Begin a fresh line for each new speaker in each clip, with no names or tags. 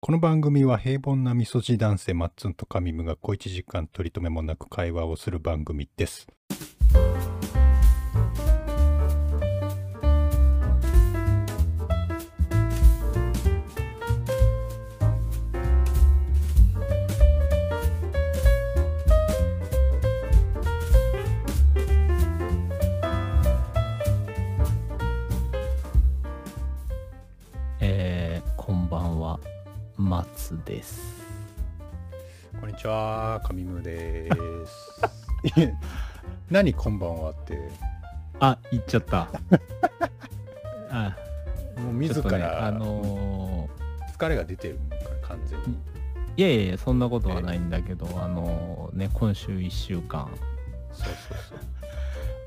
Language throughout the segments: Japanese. この番組は平凡なみそじ男性マッツンとカミムが小一時間取り留めもなく会話をする番組です。
えー、こんばんは、松です。
こんにちは、カミムです。 いえ何こんばんはって、
あ、行っちゃ った。あ、
もう
ちょ
自
っとね、
ら、
あの
疲れが出てるから完全に。
ー、いやいやいや、そんなことはないんだけど、あのー、ね、今週1週間、
そうそうそう。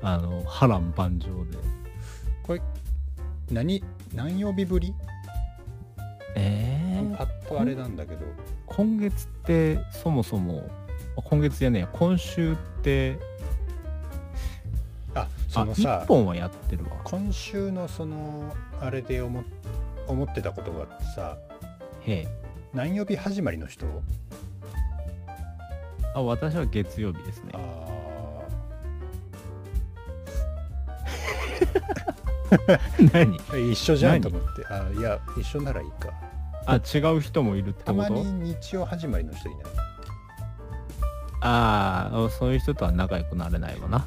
あのー、波乱万丈で。
これ何何曜日ぶり？
えー、
パッとあれなんだけど、
今月ってそもそも、あ今月じゃねえや、今週って、
あそ
あ、
の
1
さ、
本はやってるわ。
今週のそのあれで思っ思ってたことがあってさ、
へえ。
何曜日始まりの人？
あ、私は月曜日ですね
あ。あ。
何
一緒じゃんと
何
思ってあいや一緒ならいいか
あ、違う人もいるってこと
たまに日曜始まりの人いない
ああそういう人とは仲良くなれない わな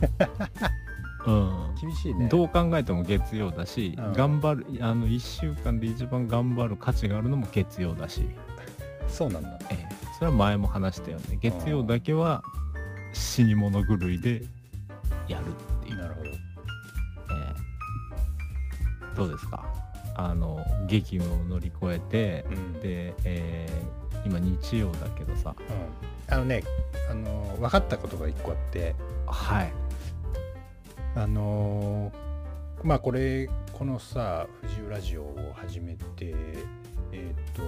うん
厳しいね
どう考えても月曜だし、
うん
頑張るあの1週間で一番頑張る価値があるのも月曜だし、
そうなんだ
ええそれは前も話したよね月曜だけは死に物狂いでやるっていう、
なるほど
ええどうですかあの激務を乗り越えて
うん
で、ええ今日曜だけどさ
うん、あのねあの分かったことが一個あって
はい
あのーまあこれこのさ「藤浦ラジオ」を始めてえっ、と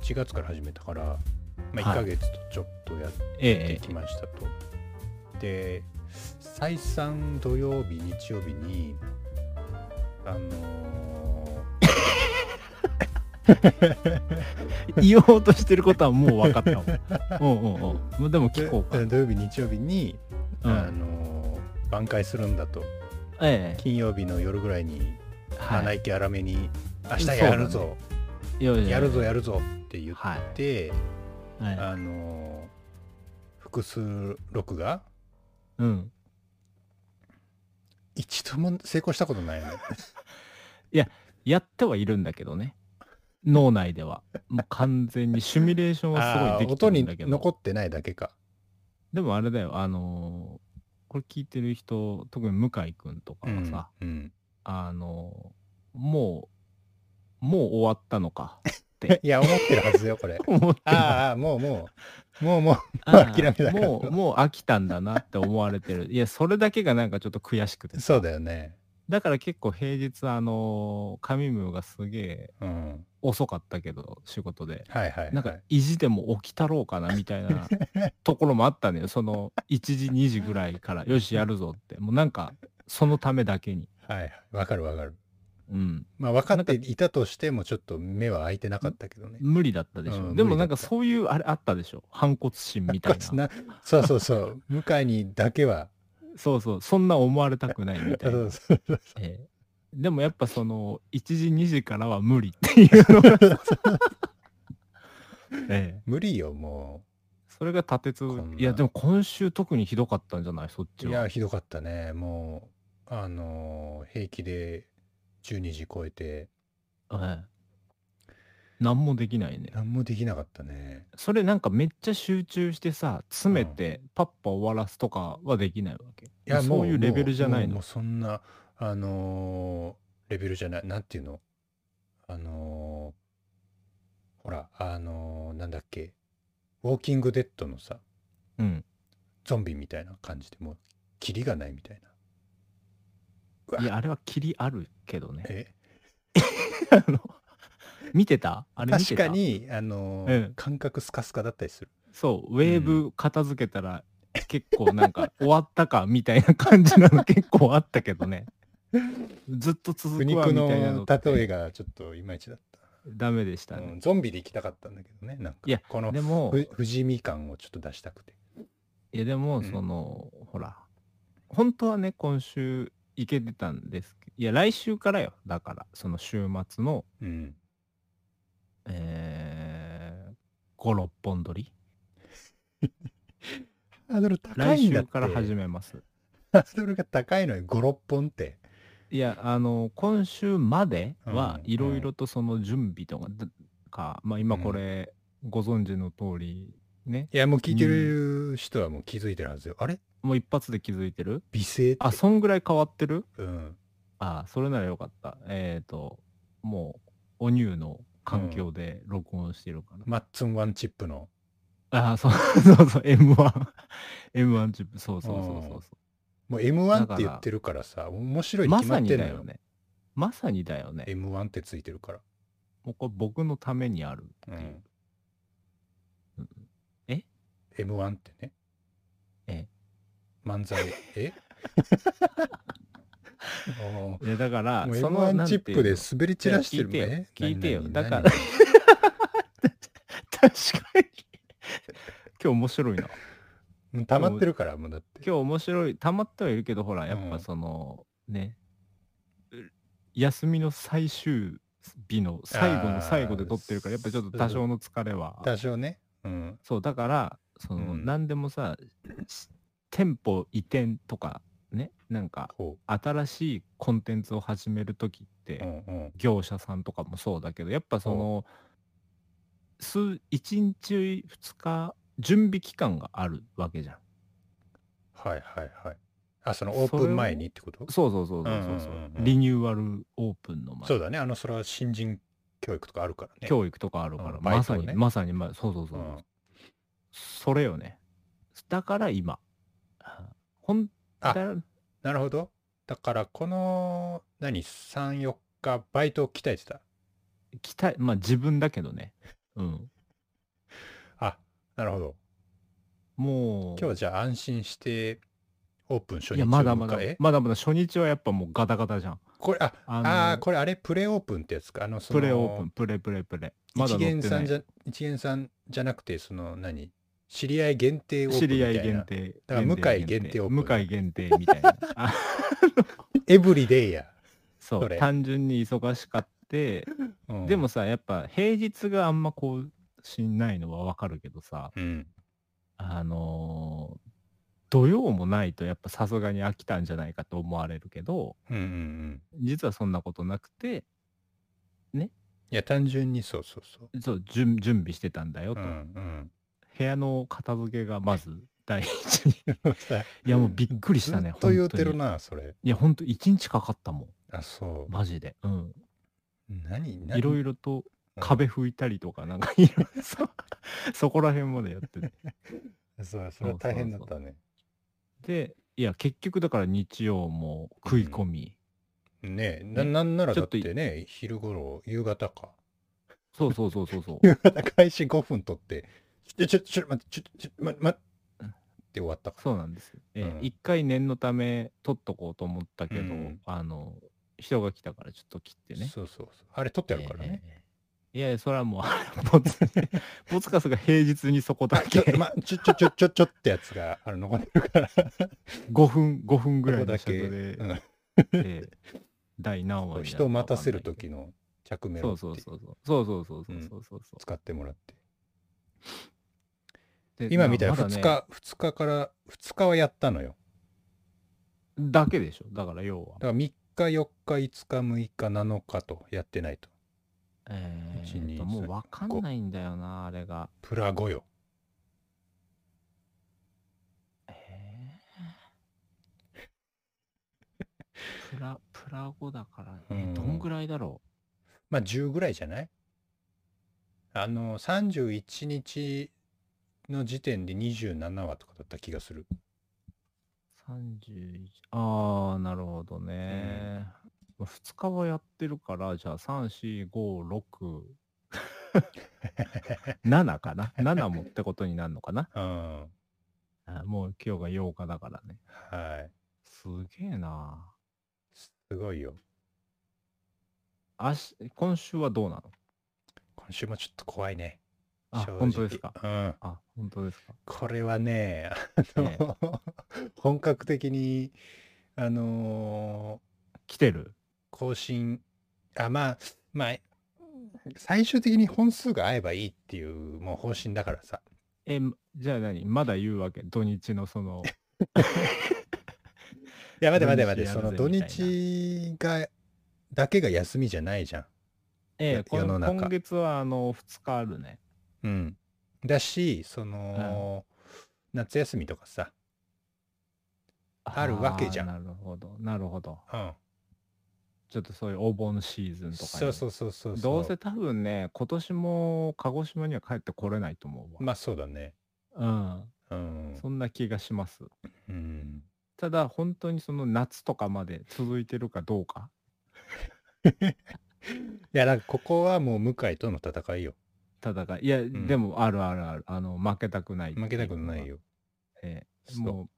1月から始めたから、まあ、1
はい
ヶ月とちょっとやっって
ええ
きましたと。で再三土曜日日曜日にあの
言おうとしてることはもう分 かったもん。うんうんうん。でも
ー
聞こうか。
土曜日日曜日に、
う
あ
ん、
のー挽回するんだと
ええ。
金曜日の夜ぐらいに鼻
はい。
息荒めに「明日やる
そう
ぞ、
よいしょ
やるぞやるぞ」って言っ
はい。
て、
はい
あのー複数録画
うん。
一度も成功したことない の
やってはいるんだけどね。脳内では。もう完全にシミュレーションは
あ
すご
ー
いできて
音
る
に
んだけ
残
ど。
ってないだけか。
でもあれだよ、あのーこれ聞いてる人、特に向井くんとかはさ、
うんうん
あのーもう、もう終わった のか。。
いや、思ってるはずよ、これ
思って
ああああ、もうもう、もうもう、
あー
諦めたから
もう、もう飽きたんだなって思われてる。いや、それだけがなんかちょっと悔しくてさ
そうだよね。
だから結構平日あのー、神ムがすげえ
うん。
遅かったけど仕事で。
はいはい、はい。
なんか意地でも起きたろうかなみた いなところもあったのよその1時2時ぐら いからよしやるぞってもうなんかそのためだけに
はいはい。わかるわかる。
うん
まあ、分かっていたとしても、ちょっと目は開いてなかったけどね。
無理だったでしょ、
うん
でもなん
無理だ
か
った
そういうあれあったでしょ反骨心みたいな
なそうそう そう。向井にだけは。
そうそうそんな思われたくないみた
そ
いな、
うそうそう
ええでもやっぱその1時2時からは無理っていうのが、 ええ
無理よ、も
それが立て
こん
続
な
けいやでも今週特にひどかったんじゃないそっち
う。い
は
や、ひどかったね。もう、あのー平気で12時超えて、
ええ何もできないね
何もできなかったね。
それなんかめっちゃ集中してさ詰めてパッパ終わらすとかはできないわけ、
いや、
そう
も
いうレベルじゃない
もうも
の
うそんな、あのーレベルじゃない、なんていうのあのーほら、あのーなんだっけ、ウォーキングデッドのさ、
うん
ゾンビみたいな感じで、もう、キリがないみたいな。うわ
いやあれはキリあるけどね
え
あの見てたあれ見て
確
た
かに、あのー
うん
感覚スカスカだったりする。
そうウェーブ片付けたら、結構なんか終わったかみたいな感じ なの結構あったけどねずっと続
苦
くわ
肉
みたいなの
の
って
例えがちょっといまいちだった。
ダメでした
う
ね
ん、ゾンビで行きたかったんだけどねなんか
いや
この
でも
ふ藤見感をちょっと出したくて
いやでも
うん
その、ほら本当はね今週行けてたんですけどいや来週からよだからその週末の
うん
えー、56本撮り
ハードル高
来
いんだっ
週
て
から始 めます
ハードルが高いのに56本って
いやあの今週までは
うん
いろいろとその準備とか,だ、かまあ今これご存知の通りね
いやもう聞いてる人はもう気づいてるはずよ、あれ
もう一発で気づいてる
美声って
あそんぐらい変わってる
うん
あそれならよかったえっ、ー、ともうお乳の環境で録音してるから、
マッツンワンチップの
あそう そうそう M1M1 チップそうそうそうそうそ
もう M1 って言ってるからさ面白
う
いに
ま
決ま
さ
っ
に
てんの
だ
よ
よねまさにだよね
M1 ってついてるから、
もうこれ僕のためにある
う
っていうんうんえ
M1 ってね
え
漫才 えおー
いやだから
もう
その
M1 チップで
なんていうの
滑り散らしてる
いや聞いてよ
え
聞いてよ
何
だ
々
から
何
確かに 今日面白いな今
々溜まってるからもうだって
日面白い溜まってはいるけどほらやっ
うん
ぱその、ねう休みの最終日の最後の最後で撮ってるからやっぱちょっと多少の疲れは
多少ねうん
そうだからその、
うん
何でもさし店舗移転とかねなんか
こ
新しいコンテンツを始める時って、
ううんうん
業者さんとかもそうだけどやっぱその数1日2日準備期間があるわけじゃん
はいはいはいあそのオープン前にってこと
そうそうそうそうそう,、
うんうんうんうん
リニューアルオープンの前
そうだねあのそれは新人教育とかあるからね
教育とかあるから、
うんバイ
ま
ト
さ
を
に、
ね
まさにまそうそう
う
そう、
ん
それよねだから今ほん
あ
だ
なるほどだからこの何34日バイトを鍛えてた
期待まあ自分だけどねうん
あなるほど
も
今
う
日はじゃあ安心してオープン初
い
日
や
を
まだまだ
迎え
まだまだ初日はやっぱもうガタガタじゃん
これあ
あの
あーこれあれプレオープンってやつかあのその
プレオープンプレプレプレまだ乗
一
ってな
元さ
い
んじゃ一元さんじゃなくてその何知り合い限定オープ
知
ンみ
り
たい
合
ない
限定。
だから向井限定オープン
向井限定みたいな。あ
エブリデイや、
そ、
そうれ
単純に忙しかって、
うん
でもさ、やっぱ平日があんまこう、しんないのはわかるけどさ、
うん
あのー土曜もないとやっぱさすがに飽きたんじゃないかと思われるけど、
うんうんうん
実はそんなことなくて、
いや単純にそうそうそう
そう、準準備してたんだよ
う
と。
ん
部屋の片付けがまず第一 に。
うんさ
いや、もうびっくりしたね、
ずっと言う
本当に
てるなそれ
いや、ほんと一日かかったもん、
あそう
マジで。うん。
何何
いろいろと
うん
壁拭いたりとか、なんかいろいろそ、そこら辺までやってて。
そうそれは大変だったね
で、いや、結局だから日曜も食い込み。
ねえななんなら
ち
だ
ょ
っ
っとい
てね昼頃夕方か
そうそうそうそう そう。
夕方開始5分取ってちょちょちょ待ってちょちょ待って待ってって終わったか
そうなんですよ。ええ
うん
一回念のため取っとこうと思ったけど、
うん
あの、人が来たからちょっと切って
ら
ね。
そうそうそうあれ取ってあるからね、
ええいやいや、それはもう、 あれボツ、ボツカスが平日にそこだけ
ちょ、 ま、ちょちょちょちょちょってやつがあの残ってるから
5分、5分ぐらいの
だ
尺
け、
で、
うん
ええ第何話になるかわかんない
人を待
けど
たせる時の着メ
そ
ロ
う
って
そうそうそうそうそうそうそうそうそうそう
使ってもらって
で
今みたいに
まあまだ
2日、
ね
2日から2日はやったのよ
だけでしょだから要は
だ、から3日4日5日6日7日とやってないと
え
一二
ー、ともう分かんないんだよなあれが
プラ5よ
えープラプラ5だから、えー
うん
どんぐらいだろ
まあ10ぐらいじゃないあの31日の時点で27話とかだった気がする
う31ああなるほどね、まあ2日はやってるからじゃあ34567 かな7もってことになるのかな
うんは
あーもう今日が8日だからね
い
すげえな
すごいよ
あし今週はどうなの
今週もちょっと怖いね。
あ
正直
本当ですか。
うん。
あ本当ですか。
これはね、 あの
ええ
本格的に、あの
来てる
ー更新、あ、まあ、まあ、最終的に本数が合えばいいっていう、もう方針だからさ。
えじゃあ何まだ言うわけ土日の その
いや、待て待て待て、
土日や
そ
る
の
ぜ
土
みたい
日
な
が、だけが休みじゃないじゃん。
ええこ
世の
の
中
今月はあの2日あるね。
うん。だし、その、夏休みとかさ、あるわけじゃん
あーなるほどなるほど。
うん。
ちょっとそういうお盆シーズンとかに
そうそうそうそうそう。
どうせ多分ね今年も鹿児島には帰ってこれないと思うわ。
まあそうだね。うん
うん、。そんな気がします。
うん。
ただ本当にその夏とかまで続いてるかどうか。
いや、だからここはもう向井との戦いよ。
戦いいや、
ん
でもあるあるあるあの負けたくないっていう
負けたくないよ。
ええ
そう
もう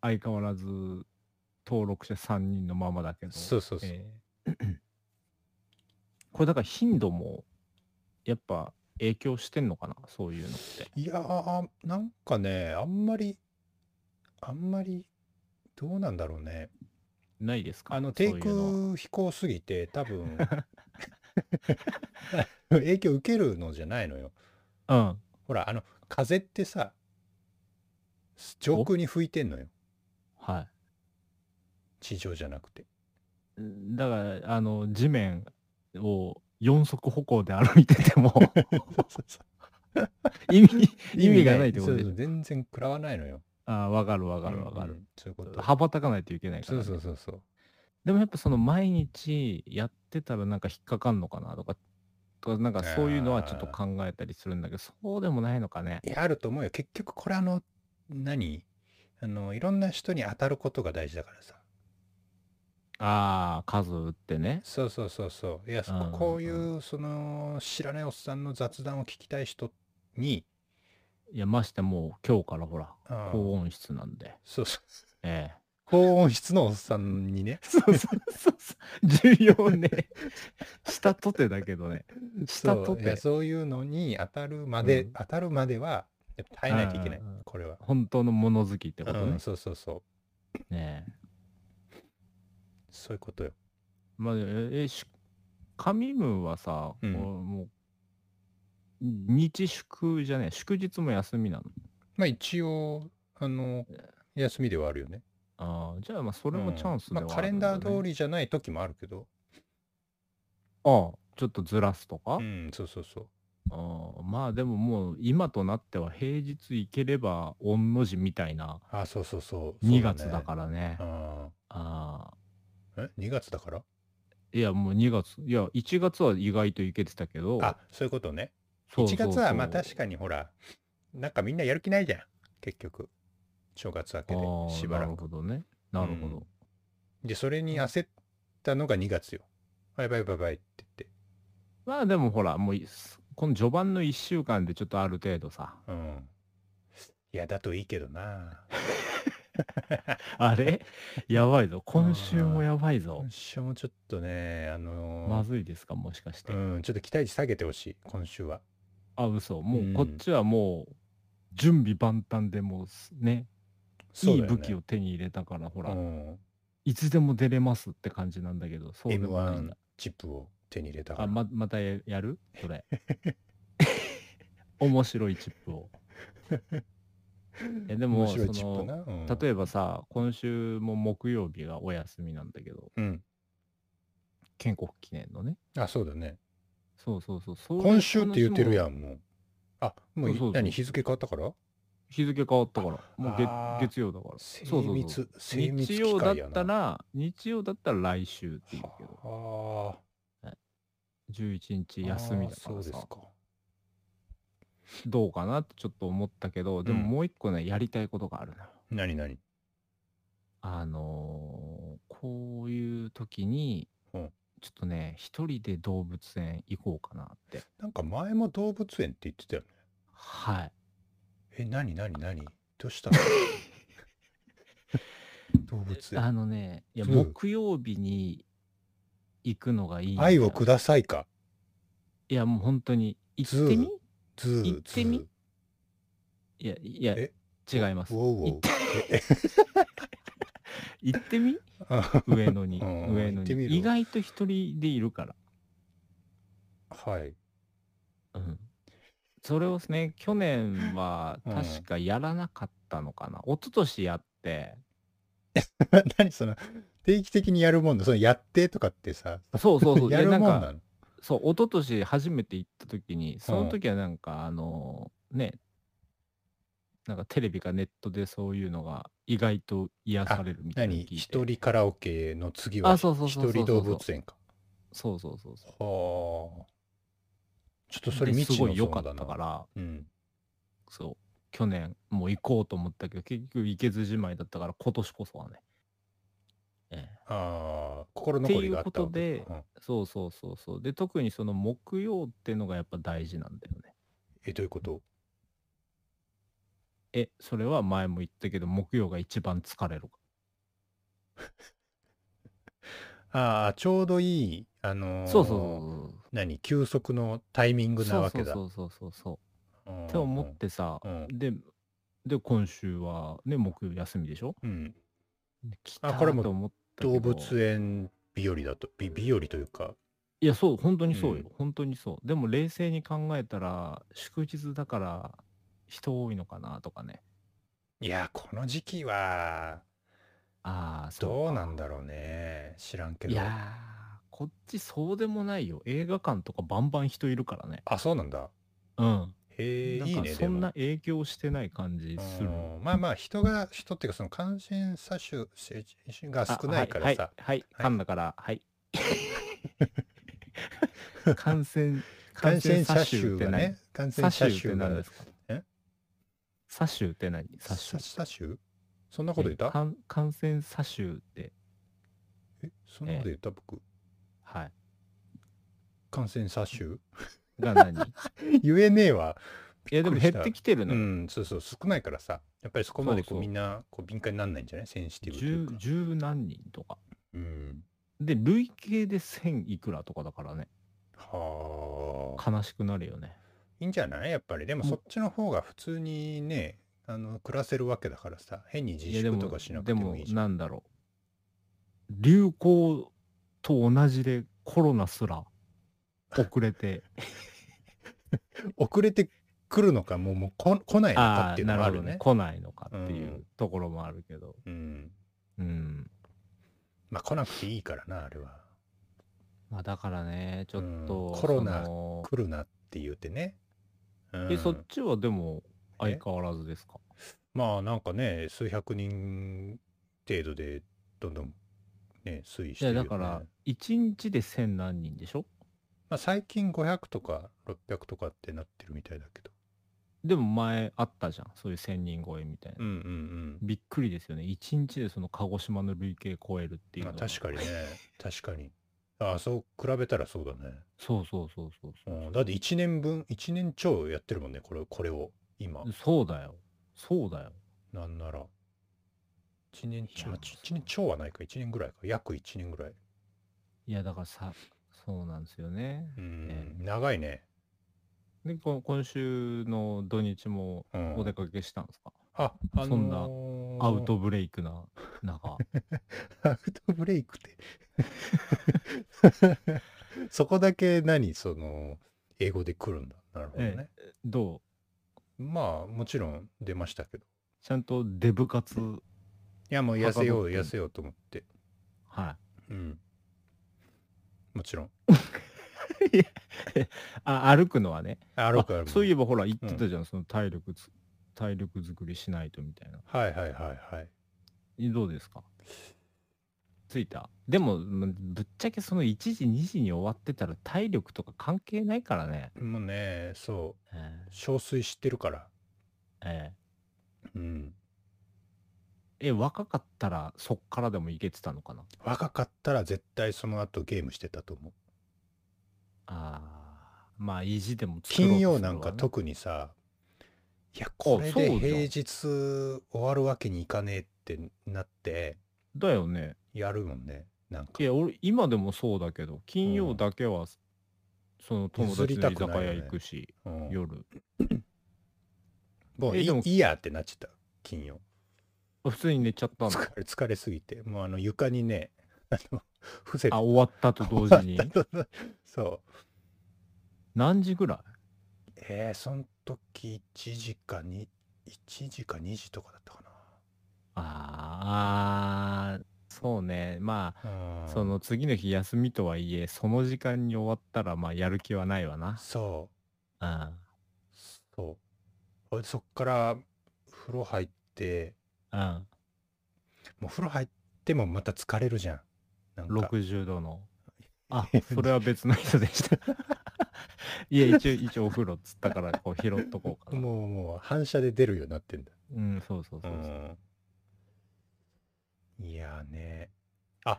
相変わらず登録者3人のままだけど
そうそうそう。
ええこれだから頻度もやっぱ影響してんのかなそういうのって
いやー、なんかね、あんまり、あんまり、どうなんだろうね。
ないですか
あの、
そうい
低
うのは
空飛行すぎて、多 分、 影響受けるのじゃないのよ。
うん
ほら、あの、風ってさ、上空に吹いてんのよ。
はい
地上じゃなくて。
だからあの地面を四足歩行で歩いてて も意味 意味がないってこと
そう
でし
そ
ょ
う全然食らわないのよ。
あーわかるわかるわか
う
る
ん。そういうこと。
羽ばたかないといけないか
そ
ら、
う
ね、
そうそうそう。
でもやっぱその毎日やってたらなんか引っかかんのかなとかとかなんかそういうのはちょっと考えたりするんだけどそうでもないのかね
いや、あると思うよ。結局、これあの、何あの、いろんな人に当たることが大事だからさ。
ああ数打ってね
そうそうそうそう。いや、そ
うんうん
こういう、その、知らないおっさんの雑談を聞きたい人に、
いやましてもう今日からほら
うん
高音質なんで、
そうそう。
ええ
高音質のおっさんにね。
そうそうそうそう重要ね下とてだけどね下
そ
と
ういや
て
そういうのに当たるまで、
うん
当たるまでは、やっぱ耐えないといけない
うんうんうん。
これは。
本当の物好きってこと
う
ね
ん、そうそうそう。
ねえ
そういうことよ。
まあええしカミムーはさ、
うん
こうもう日祝じゃねえ祝日も休みなの
まあ一応、あの、休みではあるよね。
ああ、じゃあまあそれもチャンスで
う
は
んまあ
あ
カレ
る
ン
んだ
ダ
ね、
ー通りじゃない時もあるけど。
ああ、ちょっとずらすとか、
うん、そうそうそう。
ああまあでももう今となっては平日行ければ御の字みたいな
あ、そうそうそう。
2月だからね。
ら。あ
ああ。
あえ ?2 月だから
いやもう2月、いや1月は意外と行けてたけど、
あ、そういうことね。
そう
1
そうそう
月はまあ確かにほら、なんかみんなやる気ないじゃん。結局。正月明け
ああ
で、しばら
なる
く。
ほどね。なるほど。
で、それに焦ったのが2月よ。バイバイバイバイって言って。
まあでもほら、もういこの序盤の1週間でちょっとある程度さ、
うん。いや、だといいけど な。
あれ やばいぞ。今週もやばいぞ
今。週もちょっとね、あのー
まずいですか、もしかして。
うん、ちょっと期待値下げてほしい、今週は。
あ、嘘。も
うん
うこっちはもう、準備万端でもうすね、いい武器を手に入れたから、ほ
ほ
ら、
うん、
いつでも出れますって感じなんだけど、そうでもないん
M1
だ。
チップを手に入れたか
あ、
ら。
ま、またややる それ。面白いチップを。いやでも、
面
そ
白いチップ
の、
な。うん
例えばさ、今週も木曜日がお休みなんだけど、
うん。
建国記念のね。
あ、そうだね。
そうそうそう。そういう
今週って言ってるや
話も。
ん、もう。あ、もうい
そうそうそう
何、日付変わったから
日付変わったから。も
あー
う月月曜だから。
精
そうそうそう。
密、精密
日
機
曜だ
械や
った
な。
ら、日曜だったら来週って言うけど、
はあ
11日休みだか
あーそう
ら
です
さ
か、。
どうかなってちょっと思ったけど、でももう一個ね、やりたいことがあるな。
何何
あのーこういう時に、
うん
ちょっとね、一人で動物園行こうかなって。
なんか前も動物園って言ってたよね。
はい。
え、何何 何どうしたの動物園。
あのね、いや、
うん
木曜日に行くのがいいんだよ
愛をくださいか。
いやもう本当に行
ずー
ってみ
ずー
行ってみ
ず
いやいや
え
違いま
ー
す
ウォウウォ
行
ウ
って行ってみ
あ
上野に
うん
上
行
野
ってみる
に意外と一人でいるから、
はい
うん、それをね去年は
うん
確かやらなかったのかな、一昨年やって
何その定期的にやるもんだそのやってとかってさ
そうそうそう
やるもん
いや
な
なんか
の
そう一昨年初めて行った時にその時はなんか、あのねなんかテレビかネットでそういうのが意外と癒されるみたいなの
何
聞いて
一人カラオケの次は
あそうそうそうそう
一人動物園か
そうそうそうそう
はあちょっとそれ
で
未
す
知
ご
の
い良
層
か
だ
った
な
から
うん
そう去年もう行こうと思ったけど結局行けずじまいだったから今年こそはね、ええ、
ああ心残りがあったわ
ってい
け
うこ
かうん
そうそうそうそうで特にその木曜ってのがやっぱ大事なんだよね
えどういうこと
えそれは前も言ったけど木曜が一番疲れるか
ああちょうどいいあの
ら
ー
そうそうそうそう
何休息のタイミングなわけだ
そうそうそうそうそう
うん
って思ってさ、
うん
でで今週はね木曜休みでしょ
うん
来
あ
た
これも
と思ったけど
動物園日和だとび日和というか
いやそう本当にそうよ、
うん
本当にそうでも冷静に考えたら祝日だから人多いのかなとかね
いやこの時期は
ああそう
どうなん
だ
だろうね知らんけど
いやーこっちそうでもないよ映画館とかバンバン人いるからね
あそうなんだ
うん
へえいいね
なんか
で
そん
も
な影響してない感じする
うんまあまあ人が人っていうかその感染者数が
あ
少ないからさ
はいはい、はい、噛んだからはい 感染
感染者
数
数
って
が
何
ね感
サ
染
シ
者数
ューって
が
何ですか
え
サシューって何サシュ
サ
ー。
サ州そんなこと言った
感感染サシューって、
えそんなこと言った僕
はい。
感染者数
が何い
言えねえわ
やでも
びっくりした
減ってきてる
う
のよ。
んそうそう少ないからさやっぱりそこまでこう
そうそう
みんなこう敏感になんないんじゃないセンシティブという
十
か、
十何人とか。
うん、
で、累計で1000いくらとかだからね。
はあ
悲しくなるよね。
いいんじゃないやっぱりでも
うん
そっちの方が普通にねあの暮らせるわけだからさ変に自
いやで
粛
も
とかしなくて
で
も
も
いいじゃん
なんだろう。流行と同じでコロナすら遅 れて。
遅れてくるのかもうもうこ来ないのか
あ
ってい
あ、
うの
な
もあ
るほ
る
ど
ね
ね。来ないのかっていううんところもあるけど。
うん
うん
まあ来なくていいからなあれは
まあだからね、ちょっと、
うんコロナ
その
来るなって言ってね、うん
え、そっちはでも相
え
変わらずですか
まあなんかね数百人程度でどんどんね推移し
い
て
や
るよ、
だ
ね、
から、1日で1000何人でしょ
まあ、最近500とか600とかってなってるみたいだけど
でも前あったじゃん、そういう1000人超えみたいな。
うんうん
びっくりですよね。1日でその鹿児島の累計超えるって
う
い
ん、ま
うの
あ、
が。
確かにね確かにああそう比べたらそうだね、
そうそうそうそう
う
そ
ん、だって1年分1年超やってるもんねこれこれを今
う。そうだよ。そうだよ。
なんなら1年
い
ち
や
まあち一年超はないか1年ぐらいか約1年ぐらい
いやだからさ、そうなんですよね。
うん、
え
長いね
で、こ今週の土日も
うん
お出かけしたんですか、
あ、あのー、
そんなアウトブレイクな 中。
アウトブレイクって。 そこだけ何その、英語で来るんだ。なるほどね。
どう
まあ、もちろん出ましたけど。
ちゃんとデブ活、
いや、もう痩せよ
はかど
う、
ってん
痩せようと思って。
は
うん。もちろん。
い。あ、歩くのはね。
あ、ロックある
あそうい
いう。
えばほら、言ってたじゃん、その体力つ、体力作りしないとみたいな。
はいはいはいはい。
どうですかついたでも、まぶっちゃけその1時、2時に終わってたら体力とか関係ないからね。
もうね、そ
え
う、憔水知ってるから。
え
う
え
ん。
ええ若かったらそっからでもいけてたのかな
若かったら絶対その後ゲームしてたと思う。
ああ、まあ意地でも作ろうと
金
する
曜
わね
なんか特にさ、いや、これで
そうじゃん
平日終わるわけにいかねえってなって、
だよね。
やるもんね、なんか
い。や、俺、今でもそうだけど、金
う
曜
ん
だけはその友達の居酒
譲りたくない
屋
よね
行くし、
うん
夜。
もう
え
いい
でも
いいやってなっちゃった金曜
あ普通に寝ちゃったの。
疲れ疲れすぎてもうあの床にねあの伏せて
あ、終わったと同時に。
そう
何時ぐらい
えー、その時1時かに1時か2時とかだったか
あーあー、そうね。まあ、
なうん
その次の日休みとはいえ、その時間に終わったら、まあ、やる気はないわな。
そう
うん。
そうほいでそっから風呂入って
うん。
もう風呂入ってもまた疲れるじゃんなんか
60度の。 あ、それは別の人でした。いや、一応、一応お風呂っつったから、こう拾っとこうかな。
もうもう反射で出るようになってんだ
うん、そうそうそうそう。
うんいやーねあ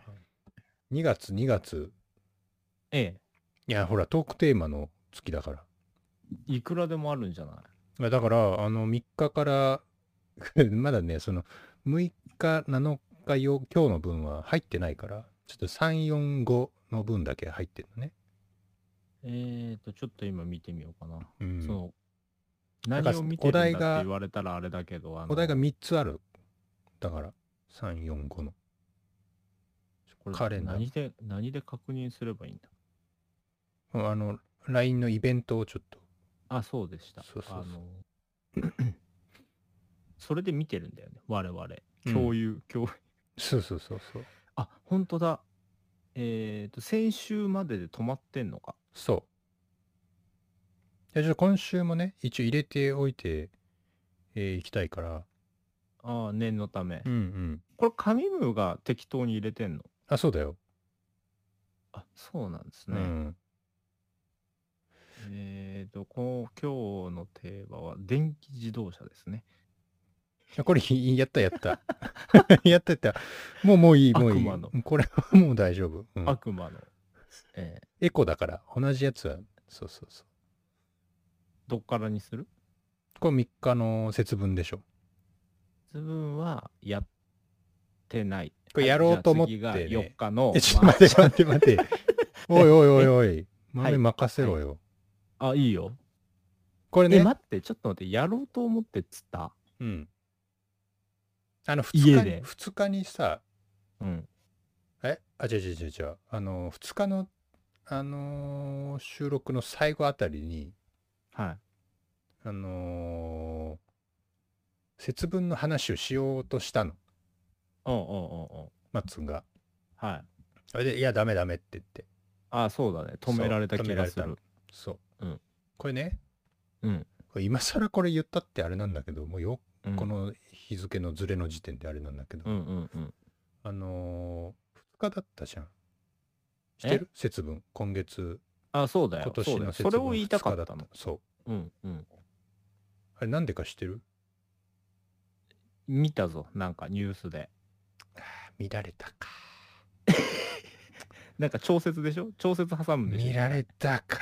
2月2月
え
いやほらトークテーマの月だから
え、いくらでもあるんじゃない
いやだからあの3日から まだねその6日7日よ今日の分は入ってないからちょっと345の分だけ入ってるのね、
えーと、ちょっと今見てみようかな。
うん
そう。
なん
何
か
を見てるんだ
お題が
って言われたらあれだけど、あの
お題が3つあるだから345の
これ
カレンダー
何で、何で確認すればいいんだ
あの LINE のイベントをちょっと
あ、そうでした。
そうそうそう
あの それで見てるんだよね、我々。共有、共有。
そうそうそうそう
あ、本当だ。えっ、と、先週までで止まってんのか。
そうじゃあちょっと今週もね一応入れておいてえーいきたいから
ああ、念のため。
うんうん
これ、紙ムーが適当に入れてんの。
あそうだよ、
あ、そうなんです
う
ね。
ん
えっ、とこう、今日のテーマは、電気自動車ですね。
いやこれ、いいやったやった。 やったやった。もうもういい、もうい
悪
い
魔の。
これはもう大丈夫、うん
悪魔の、えー
エコだから、同じやつは、そうそうそう。
どっからにする
これ3日の節分でしょ。
自分はやってない。
これ
はい
やろうと思って
じゃあ次が
ね
4日の
え、。ちょっと待って待って待 って。おいおいおいおい。豆任せろよ。
まあ、あ いいよ。
これ
え、
ね、
待って、ちょっと待って、やろうと思ってっつった。
うん。あの、2
家
日
で
に、2日にさ、
うん。
えあ、違う違う違う違う。あの、2日の、あのー収録の最後あたりに、
はい。
あのー節分の話をしようとしたの。
うんうんうんうん。
マッツンが。
はい。
それで、いや、ダメダメって言って。
あそうだね。止められた
そう
気がす
止められ
る。
そう。
うん
これね、
うん。
これ今更これ言ったってあれなんだけど、もうよ、
うん
こ、の日付のズレの時点であれなんだけど、
うんうんうん。
あのー、2日だったじゃん。してる節分。今月、
あそうだよ。
今年の節
そ
分。
うだよそれを言いたかっ
二
た
日だ
の
っ。そう。
うんうん。
あれなんでか知ってる
見たぞ。なんかニュースで。
見られたか。
なんか調節でしょ調節挟むんでしょ
見られたか。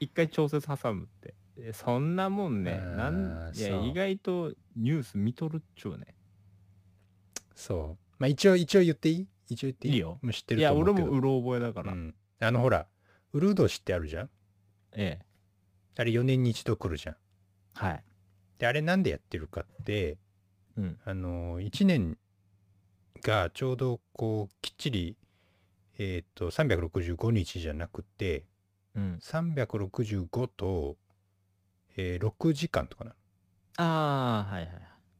一回調節挟むって。えそんなもんね。
あー
なんいや
そう
意外とニュース見とるっちゅうね。
そう。まあ一応、一応言っていい一応言っていい
いいよ
もう知って
い
ると
や、
思うけ
俺
ど。
もうろ覚えだから。
うん、あのほら、ウルードってあるじゃん
ええ。
あれ4年に一度来るじゃん。
はい。
で、あれなんでやってるかって、
うん。
あのー、1年がちょうどこう、きっちり、えっ、と、365日じゃなくて、
うん。
365と、えー6時間とかなの。
ああ、はいはい。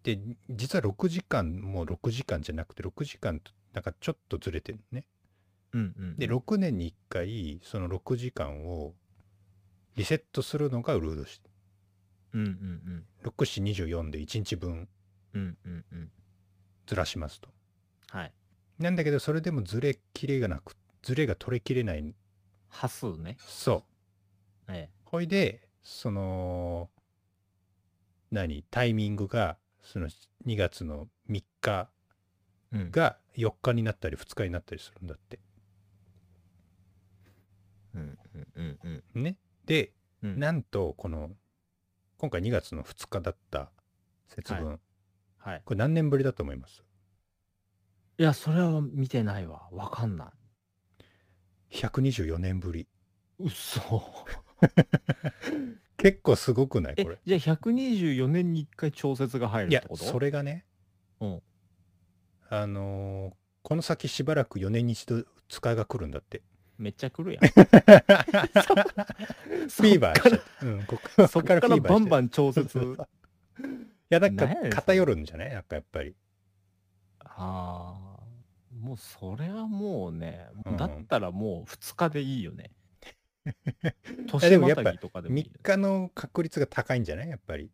で、実は6時間も6時間じゃなくて、6時間と、なんかちょっとずれてるのね。
うんうん。
で、6年に1回、その6時間をリセットするのがウルード氏。
うんうん
6424で1日分
うん。うんうんうん。
ずらしますと。
はい。
なんだけどそれでもずれきれがなくずれが取れきれない
端数ね。
そう。
ええ。
ほいでその何タイミングがその2月の3日
うん、
が4日になったり2日になったりするんだって。
うんうんうんうん
ね。で、
うん。
なんとこの今回2月の2日だった節分、
はい。
これ何年ぶりだと思います
いや、それは見てないわ。わかんない。
124年ぶり
うそ。
結構すごくない
え
これ。
じゃあ124年に1回調節が入る
い
っ
や
てこと
それがね、
うん
あのーこの先しばらく4年に一度使いが来るんだ って。
めっちゃ来るやん
フィーバーしちゃ
っ
って。うん、ここ
そっからバンバ
ン。
ン調
そうそう
節
そういや、なんか
なんやねんそれ
偏るんじゃないなんかやっぱり。
ああもうそれはもうね、
うん
だったらもう2日でいいよ ね
で
年
も
ま
やっぱ
たぎとかでもいい
3
よね
日の確率が高いんじゃないやっぱり。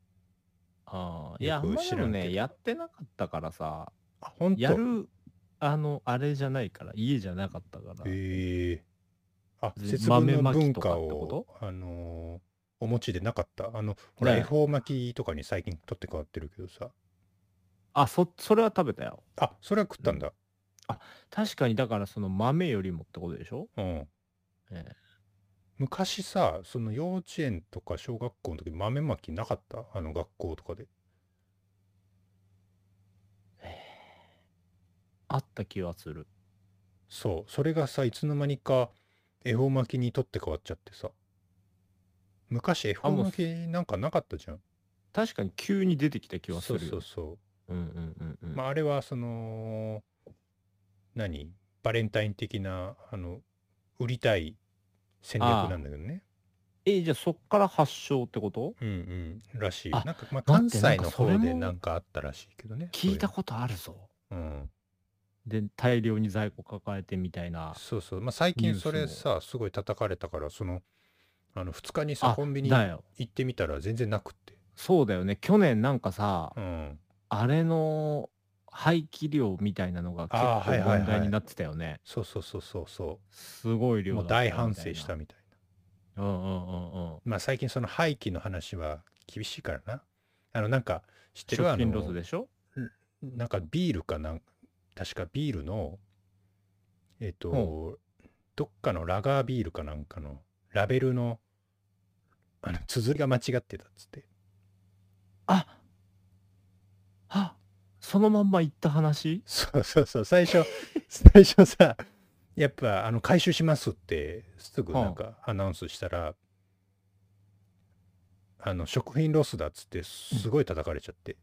あーいや
よ
あ
く
んまでも
知らんけ
ね
ど
やってなかったからさ
あ、本当
やるあのあれじゃないから家じゃなかったから、
ええあ、
ず
節分の
豆まき
文
とか
化
ってこ
を、あのーお持ちでなかった。あの、ほら、
ね
恵方巻きとかに最近取って変わってるけどさ。
あそそれは食べたよ
あ、それは食ったんだ。
確かにだからその豆よりもってことでしょ
うん。
ええ
昔さ、その幼稚園とか小学校の時豆まきなかったあの学校とかで。
あった気はする
そう。それがさ、いつの間にか恵方巻きに取って変わっちゃってさ。昔恵方
もう
巻きなんかなかったじゃん。
確かに急に出てきた気はす
そう
るよ
そうそう。
うんうんうんうん、
まあ、あれはその何バレンタイン的なあの売りたい戦略なんだけどね
えじゃあそっから発祥ってこと
うんうんらしいな
あ
んか、まあ、
待
関
って
西の方
なんかそれ
で
も
なんかあったらしいけどね
聞いた
そ
ことあるぞ
ういうのうん
で大量に在庫抱えてみたいな
そうそうまあ最近それ
ニュース
さすごい叩かれたからそのあの2日にさ
あ
コンビニ
だ
行
よ
ってみたら全然なくって
そうだよね去年なんかさ、
うん
あれの廃棄量みたいなのが結
あーはいはいは
構
い
問題になってたよね
そうそうそうそうそ
すごいう量
も
だ
う大
ったみたいな
反省したみたいな
うんうんうんうん
まあ最近その廃棄の話は厳しいからなあのなんか知ってるあ
食品
の
ロスでしょ
なんかビールかなん確かビールの、えっ、と、
う
どっかのラガービールかなんかのラベルの、あの、綴りが間違ってたっつって。
ああそのまんま言った話
そうそうそう、最初、最初さ、やっぱ、あの、回収しますって、すぐなんかアナウンスしたら、あの、食品ロスだっつって、すごい叩かれちゃって。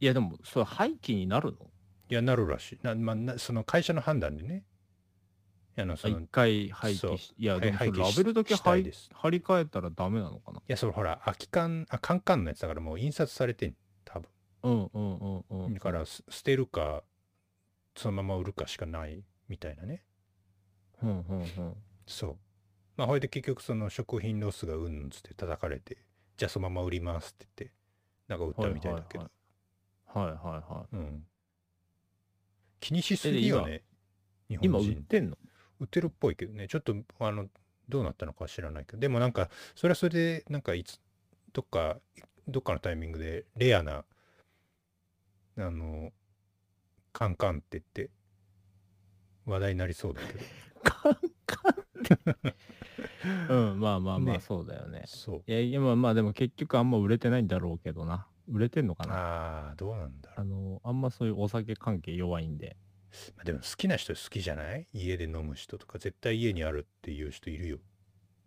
いやでもそれ廃棄になる
いや、なるらしい。な、まあ、なその会社の判断でね。あの、そ
の
の、
一回廃
そう
棄しいや
はい
でもそ
廃
れ
棄
ラ
し
ベルだけ
したい
廃
です
貼り替えたらダメなのかない
や、それほら、空き缶、あ、カンカンのやつだからもう印刷されてん、多分。
うんうんうんうん
だから、す捨てるか、そのまま売るかしかないみたいなね。
うんうんうん
そう。まあ、ほいで結局その食品ロスがうんぬんつって叩かれて、じゃあそのまま売りますって言って、なんか売ったみたいだけど。
はいはいは
うん。気にしすぎよね。日
い今
本
売っ
人。
てんの
売ってるっぽいけどね。ちょっと、あの、どうなったのかは知らないけど。でもなんか、それはそれで、なんかいつ、どっか、どっかのタイミングで、レアな、あの、カンカンって言って、話題になりそうだけど。
カンカンってうんまあまあま
ね
あそうだよね
そう。
いや、今まあでも結局あんま売れてないんだろうけどな。売れてんのかなあ
ああ、どうなんだろう。
の、あんまそういうお酒関係弱いんで。
まあでも好きな人好きじゃない家で飲む人とか、絶対家にあるっていう人いるよ。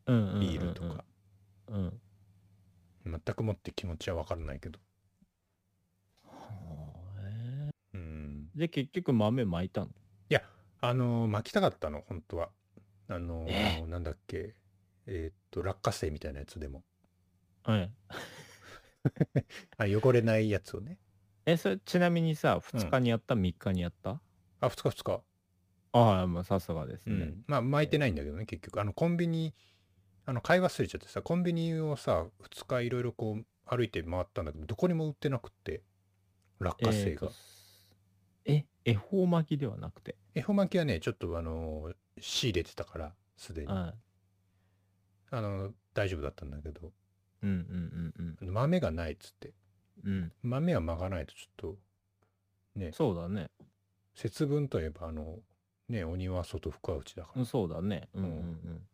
うんうんうんうん、
ビールとか。
うん。は
全くもって気持ちはわからないけど。
あ
うん。
で、結局豆巻いたの。
あのー巻きたかったの、本当は。あのー
え
なんだっけ。えーっと、落花生みたいなやつでも。
はい。
あ、汚れないやつをね。
え、それちなみにさ、
うん
2日にやった、三 ?3 日にやった
あ、二日二日。
ああ、まあさすがで
う
すね。
ん。まあ、巻いてないんだけどね、結局。あの、コンビニ、あの、買い忘れちゃってさ、コンビニをさ、二日いろいろこう、歩いて回ったんだけど、どこにも売ってなくって。落花
え
生
ーと
が。
え、恵方巻きではなくて。
恵方巻きはね、ちょっとあのー仕入れてたから、すでに。あ
は
のー大丈夫だったんだけど、
い。うんうんうん
豆がないっつって。
うん。うん。
豆は巻かないとちょっと、ね、
そうだね。
節分といえばあのねお庭は外深打ちだから、
そうだね。うんうん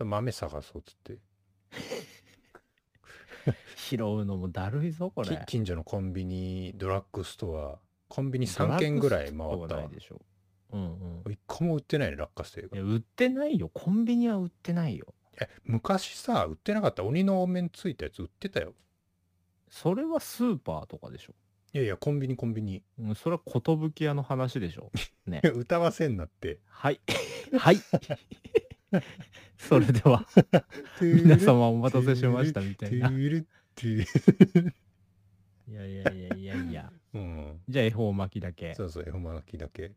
うん。
豆探そうっつって
拾うのもだるいぞ、これ
き。近所のコンビニドラッグストアコンビニ3軒ぐらい回
ドラッグス
った
トアはな
わ
いでしょ。うんうん。
1個も売ってないね落花生
い
がい
や売ってないよコンビニは売ってないよ
やえ、昔さ、売ってなかった鬼のお面ついたやつ売ってたよ。
それはスーパーとかでしょ。
いやいや、コンビニコンビニ。。
うん、それは寿屋の話でしょ。ね
歌わせんなって。
はい。 はい。それでは、皆様お待たせしましたみたいな。
トゥルトゥル
いやいやいやいやいや。
うん。
じゃあ恵方巻きだけ。
そうそう、絵本巻きだけ。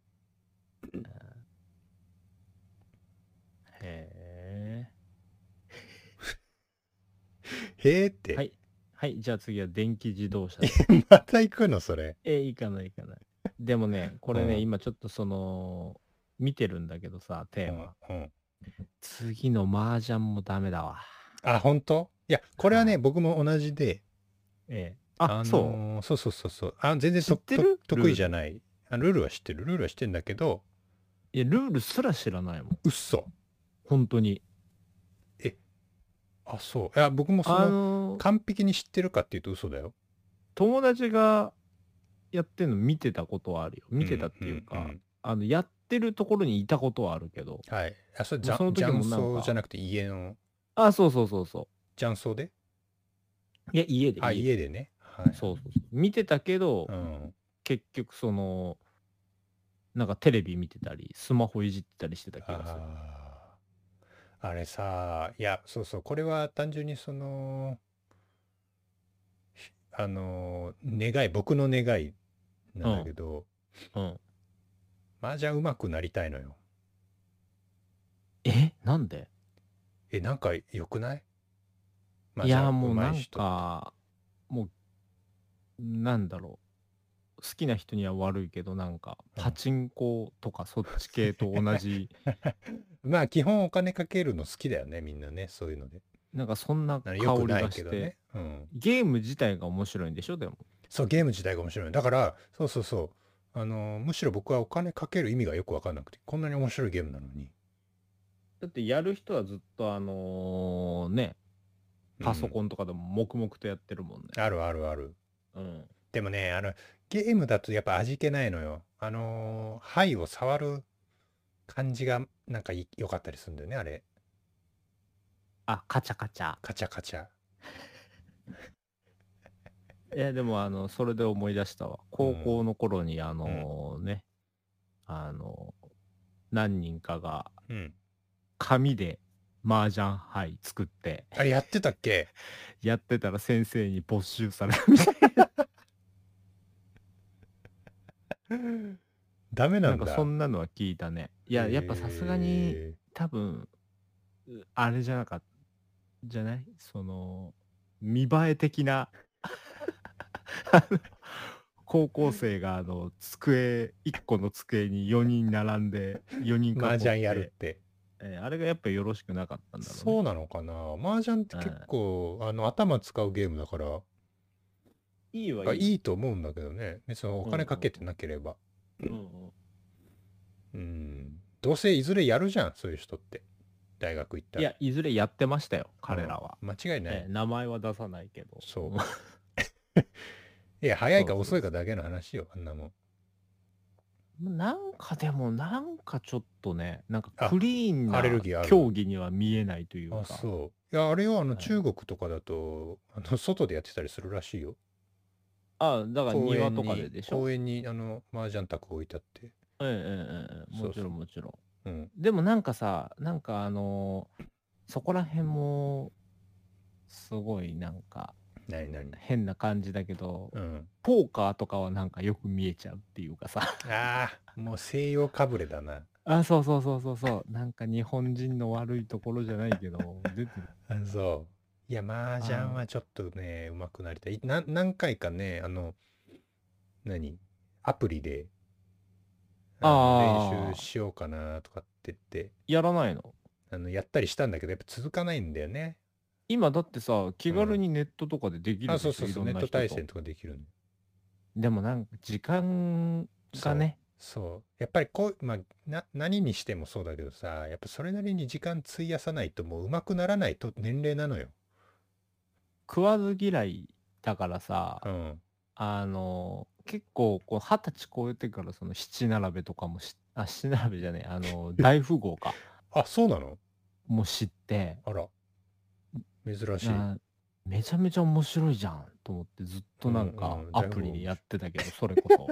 へ
へーっ
え。は
て。
い。はい、じゃあ次は電気自動車です。
また行くの、それ。
え、いかないいかない。でもね、これね、
うん
今ちょっとその、見てるんだけどさ、テーマ。
うんうん
次の麻雀もダメだわ。
あ、本当いや、これは
は
ね、
い
僕も同じで。
ええ。あ、
のー
そう。
そうそうそうそう。あ、全然と
知ってる
と得
ルール
意じゃない。あルールは知ってる。ルールは知ってんだけど、
いや、ルールすら知らないもん。
嘘。
本当に。
あ、そう。いや、僕もそ
あ
の、
のー
完璧に知ってるかっていうと嘘だよ。
友達がやってんの見てたことはあるよ。見てたっていうか、
んんん
あの、やってるところにいたことはあるけど。
はい。あ、それ、じゃ
その時もなん
雀
か
荘じゃなくて家の、
あ、そうそうそうそ
雀荘で
う。いや、家で。
あ、家でね。はい。
そうそうそう。見てたけど、
うん。
結局その、なんかテレビ見てたり、スマホいじってたりしてた気がする。
あーあれさいやそうそうこれは単純にそのひあの願い僕の願いなんだけど、
うん。
麻雀うまくなりたいのよ
えなんで
えなんか良くない
いやもう
上手
ないん
人
かもうなんだろう好きな人には悪いけどなんか
うん
パチンコとかそっち系と 同じ
まあ基本お金かけるの好きだよねみんなねそういうので
なんかそんな
な
香
ん
り
か良くない
が
け
して、
どね、うん、
ゲーム自体が面白いんでしょでも
そうゲーム自体が面白いのだからそうそうそうあのむしろ僕はお金かける意味がよく分かんなくてこんなに面白いゲームなのに
だってやる人はずっとあのねパソ
ン、
コンとかでも黙々とやってるもんね
あるあるある
うん
でもね、あの、ゲームだとやっぱ味気ないのよ。あのー、牌を触る感じがなんかい良かったりするんだよね、あれ。
あカチャカチャ
カチャカチャ。
いやでもあのそれで思い出したわ高校の頃にあのね、あの何人かが
うん。
紙で麻雀牌作って
あれやってたっけ
やってたら先生に没収されるみたい
ダメ
な
な
なん
だ。
んかそんなのは聞いたねいややっぱさすがに
へ
多分うあれじゃなかったじゃないその見栄え的な あの高校生があの机1個の机に4人並んで4人
ー。
囲って
麻雀やるって。
えーあれがやっぱよろしくなかったんだろうね
そうなのかな麻雀って結構、あの、頭使うゲームだから、
いい
あ
わい、
いいと思うんだけどね。別にお金かけてなければ。
うんうん
うん。どうせいずれやるじゃん、そういう人って。大学行った
い
ら。
やいずれやってましたよ彼らは、
うん。間違いない。
えー名前は出さないけど
そうんいや、早いか
そう
遅
そうそう
いかだけの話よ、あんなもん。
なんかでもなんかちょっとねなんか
あ
クリーン
ア
な
レルギーある
競技には見えないという
あ、
か
そう。いや、あれよ、あの、
はい
中国とかだと、あの、外でやってたりするらしいよ。
あだから
公園
庭
に
とかででしょ
公園に、あの、麻雀卓置いてあって。
ええええええもち
そう
ろ
そうん
もちろん
うん。
でもなんかさなんかあのーそこら辺もすごいなんか
なになに
変な感じだけど、
うん。
ポーカーとかはなんかよく見えちゃうっていうかさ
ああ、もう西洋かぶれだな。
あそうそうそうそうそうなんか日本人の悪いところじゃないけど出てる
あそう。いや、麻雀はちょっとね、うまくなりたい。いな何回かね、あの、何アプリで、の
あー
練習しようかなとかって言って、
やらないの
あの、やったりしたんだけど、やっぱ続かないんだよね。
今だってさ気軽にネットとかでできる
あ、
でし
そ
ょ
うそう
い
そ
ろ
う、
ん
ネ
な
ッ
人
ト
と
対戦とかできるん
でもなんか時間がね
そう。やっぱりこう、まあ、な、何にしてもそうだけどさ、やっぱそれなりに時間費やさないともう上手くならないと年齢なのよ。
食わず嫌いだからさ、
うん。
あの結構こう二十歳超えてからそ の七並べとかもしあ七並べじゃねえあの大富豪か
あ、そうなの
も知って、
あら、珍しい。
なめちゃめちゃ面白いじゃんと思ってずっとなん
う
か
んうん
アプリでやってたけど、それこ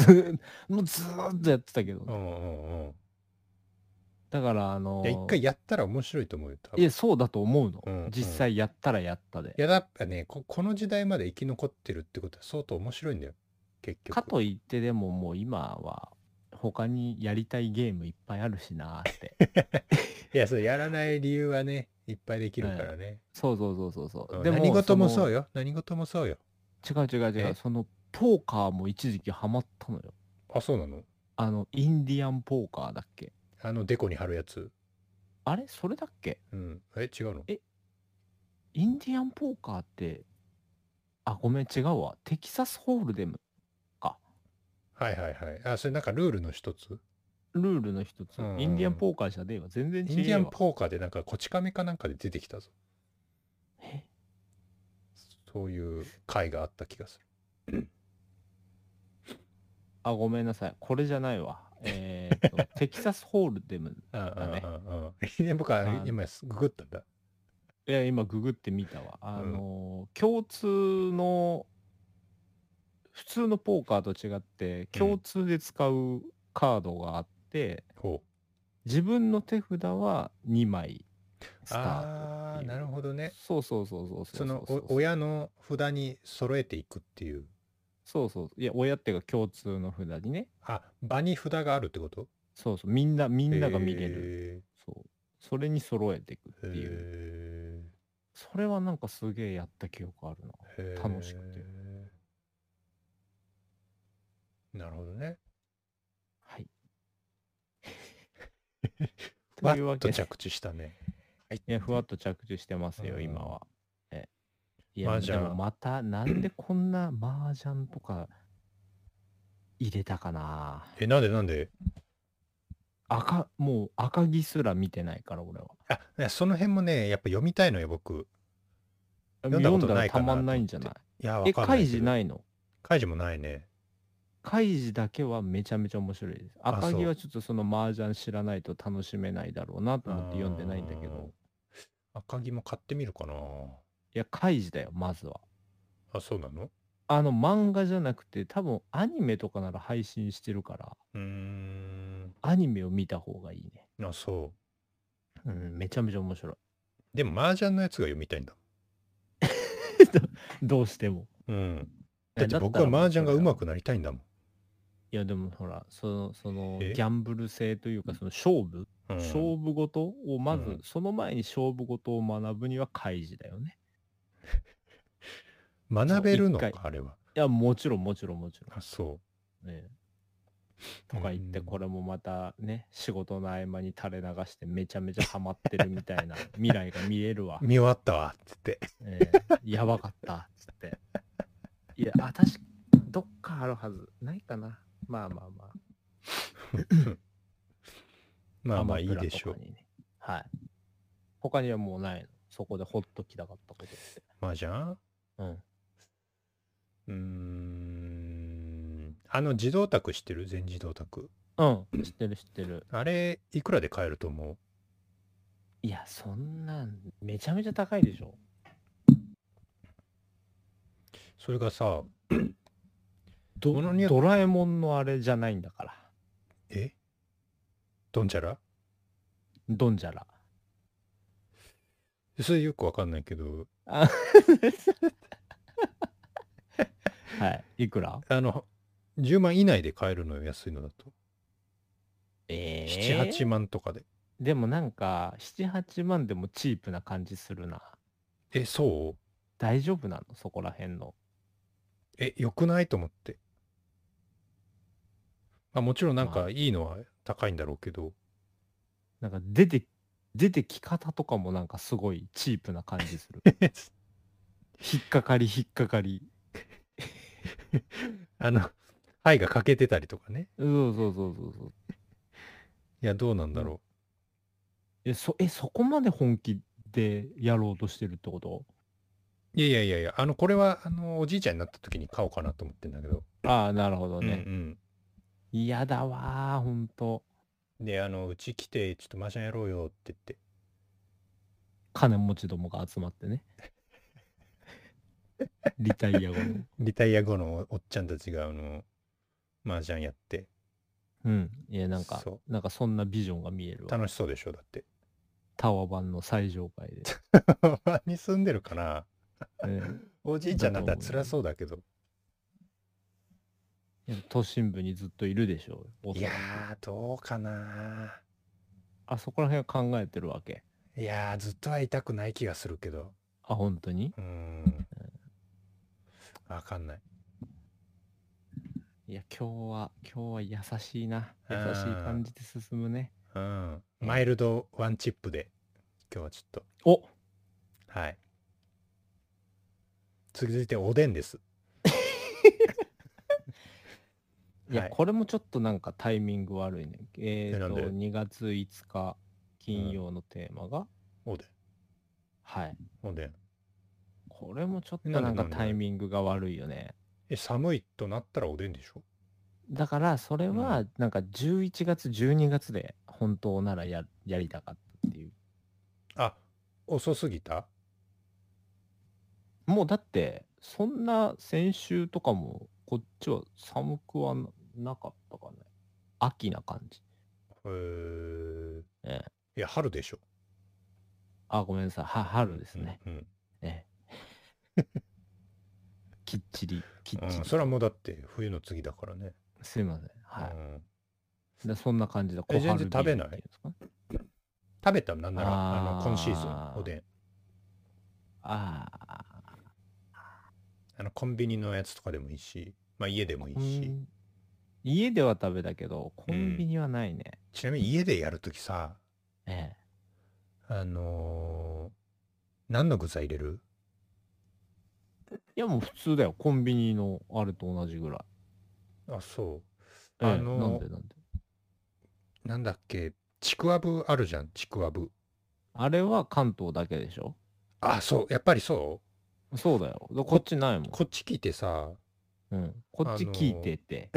そ ずもうずーっとやってたけど、
うんうんうん。
だからあの
いや、一回やったら面白いと思うよ。多分
いやそうだと思うの、
うんうん
実際やったらやったで
いやだっぱねこ、この時代まで生き残ってるってことは相当面白いんだよ。結局。
かといってでももう今は他にやりたいゲームいっぱいあるしなーって
いや、そう、やらない理由はね、いっぱいできるからね。
そうそうそうそうそう、
うん
でも
何事も
の
そうよ。何事もそうよ。
違う違う違
え
うそのポーカーも一時期ハマったのよ
あ、そうなの
あのインディアンポーカーだっけ
あの、デコに貼るやつ。
あれそれだっけ
うん。え、違うの
えインディアンポーカーって、あ、ごめん、違うわ。テキサスホールデム、
はいはいはい。あ、それなんかルールの一つ
ルールの一つ。
うんうん
インディアンポーカーじゃねえわ。全然
イ
違
ンディア
う
ン
わ。
ポーカーでなんか、こち亀かなんかで出てきたぞ。
え
そういう回があった気がする。
あ、ごめんなさい。これじゃないわ。え ー、と、テキサスホールデム。
うんうん
だね
うんうん。 インディアンポーカ
あ
ー、今、ググったんだ。
いや、今、ググってみたわ。あのー、共通の、普通のポーカーと違って、共通で使うカードがあって、
ほう。
自分の手札は2枚スタート
あ
って
ー、
いう。
なるほどね。
そうそうそうそうう
そうの
うう
お親の札に揃えていくっていう
そうそう。いや、親っていうか共通の札にね。
あ場に札があるってこと
そうそう。みんな、みんなが見れる。
る
そう。それに揃えていくって
へ
い
ー
う。それはなんかすげえやった記憶あるな。
へー
楽しくて
なるほどね
はい。
わ
という
っ
わけ
と
で。
着地したね
いや、ふわっと着地してます
う
よ、
ん
今は。えい
ま
や、
あじ
で
ゃあ
もまた、なんでこんな麻雀とか入れたかな。
えなんでなんで
赤、もう赤木すら見てないから、俺は。
あねその辺もねやっぱ読みたいのよ僕
読
んだこ
ん
と
だ
ない
ら
か
た
なと思って
まんないんじゃない
いやわ
え、
かんない
開
けど
示ないの
開示もないね
カイジだけはめちゃめちゃ面白いです。
あ
赤
そう
木はちょっとその麻雀知らないと楽しめないだろうなと思って読んでないんだけ
あー
ど。
赤木も買ってみるかない
や、カイジだよ、まずは。
あそうなの
あの漫画じゃなくて多分アニメとかなら配信してるから、
うーん
アニメを見た方がいいね。
あそう
うん、めちゃめちゃ面白い。
でも麻雀のやつが読みたいんだ
どうしても。
うんだ
え
って僕は麻雀が上手くなりたいんだもん
いや、でもほら、その、その、ギ
え
ャンブル性というか、その勝負、
うん
勝負事をまず、
うん
その前に勝負事を学ぶにはカイジだよね。
学べるのか
一回
あれはい
や、もちろん、もちろん、もちろん。
あそ
ねとか言って
うん
これもまたね仕事の合間に垂れ流してめちゃめちゃハマってるみた いな未来が見えるわ
う、見終わったわっつって
ええやばかったっつっていやあ確かどっかあるはずないかなまあまあまあ
まあまあ
ア
い
マプ
い
ラ
でしょ
と
う
かにねはい他にはもうないのそこでほっときたかったことって
麻雀う
うん
ーんあの自動卓知ってる全自動卓
うん知ってる知ってる
あれいくらで買えると思う
いやそんなんめちゃめちゃ高いでしょ
それがさ
ど
ものによっ
ドラえもんのあれじゃないんだから
えどんちゃら
ドンジャラ
それよくわかんないけど
あはい。いくら
あの10万以内で買えるのよ安いのだと、
え
78万とかで
でもなんか、7、8万でもチープな感じするな。
えそう
大丈夫なのそこら辺の。
え良くないと思ってまあもちろんなん
ま
か
あ
いいのは高いんだろうけど、
なんか出て、出てき方とかもなんかすごいチープな感じする。引っかかり引っかかり。
あの、牌が欠けてたりとかね。
そうそうそうそうそう。
いや、どうなんだろ
え、そ、え、そこまで本気でやろうとしてるってこと
う。いやいやいやいや、あの、これは、あの、おじいちゃんになった時に買おうかなと思ってんだけど。
ああ、なるほど
うんう
ね。
ん。
嫌、だわー、ほんと。
で、あの、うち来て、ちょっと麻雀やろうよって言って、
金持ちどもが集 まってねリタイア後の
リタイア後のおっちゃんたちが、あの、麻雀やって、
うんいやなんか
そ
なんかそんなビジョンが見えるわ
楽しそうでしょ、だ って。
タワバンの最上階 で、
に住んでるかな
ね
おじいちゃんだったら辛そうだけど。
いや都心部にずっといるでしょおそ
い
ら
や
く
ー、どうかな
あそこら辺は考えてるわけ
いやー、ずっとは痛くない気がするけど。
あ本当に
うーん。わかんない。
いや今日は今日は優しいな優
あ
しい
ー
感じで進むね
うん。マイルドワンチップで、今日はちょっ
お
と。はい。続いておでんです。
いや、
はい
これもちょっとなんかタイミング悪いね。えっ、
なん
と、
で
2月5日金曜のテーマが、
おでん。
はい。
おでん。
これもちょっと
なんで
なんか
なんで
タイミングが悪いよね。
え、寒いとなったらおでんでしょ
だから、それ
う
はなんか11月、12月で本当ならややりたかったっていう。
あ、遅すぎた
もうだって、そんな先週とかもこっちは寒くはななかったかね。秋な感じ。
へー。
え
いや、春でしょ。
あ、ごめんなさい。は春ですね。
うん。うん
ええ きっちり、きっ
うん
ちり。
それはもうだって冬の次だからね。
すいません。はい。
うん
でそんな感じで、
え
小春
全然食べない
ビールってうんですかね
食べたなんならあ
あ
の
ー
今シーズンおでん
ああ。
あのコンビニのやつとかでもいいし、まあ、家でもいい
コ
し
ン家では食べたけど、コンビニはないね。
ちなみに家でやるときさ
ええ。
あのー何の具材入れる
いやもう普通だよ。コンビニのあれと同じぐらい。
あそ
ええ
あのー
なんでなんで。
うなんだっけちくわぶあるじゃんちくわぶ
あれは関東だけでしょ
あそうやっぱりそ
そうだよ。でこっちないも。
うんこっち聞いてさ
うん、こっち聞いてて。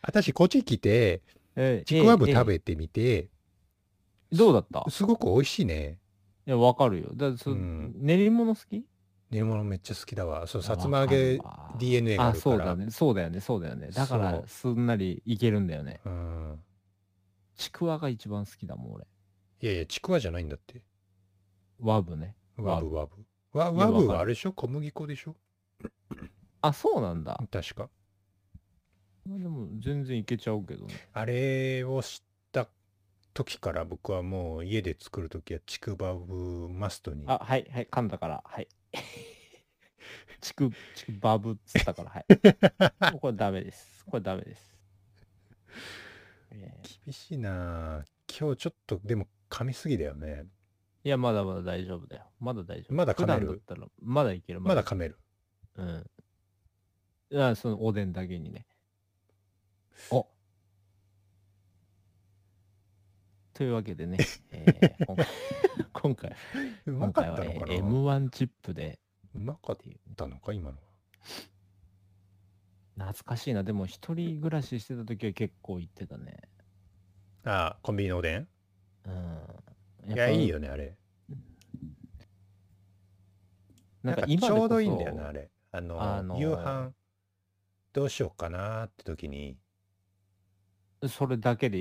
私こっち来て
ええ
ちくわぶ食、
え
べてみて、
えどうだったい
すごく美味しいね
や、わかるよ。だそ、
うん
練り物好き
練り物めっちゃ好きだわそうさつま揚げ
わかるわ
DNA があ
あ、
るか
そう
ら
だね。そうだよね。そうだよね。だか
そう
ら、すんなりいけるんだよね。
うん
ちくわが一番好きだもん、俺。
いやいやちくわじゃないんだって
ワブね。
ワブワブ。ワ
いや
ワブ
わか
は
る
あれでしょ小麦粉でしょ
あ、そうなんだ。
確か。
まあでも、全然いけちゃうけどね。
あれを知った時から僕はもう家で作る時はちくわぶマストに。
あ、はい、はい、噛んだから、はい。 ちく、ちくばぶっつったから、はい。 もうこれダメです。これダメです。えー
厳しいなあ今日ちょっとでも噛みすぎだよね。
いや、まだまだ大丈夫だよ。まだ大丈夫。
まだ噛める
普段だったら、まだいける。
まだ噛め る。
うん。いや、そのおでんだけにね。おというわけでね、えー今回 今回、
うま
今
か
回
っ
は
た
え
のかな
ー
う
M1 チップで
まかっ
っていう。
たのか今のは。
懐かしいな。でも、一人暮らししてた時は結構行ってたね。
ああ、コンビニのおでん
うん。
い
っ
や、
ぱ
いい。よね、あれ。
なんか
ち
今でこそ
ょうどいいんだよな、あ。れ。あの、
あのー
夕飯、どうしようかなーって時に。
それだけで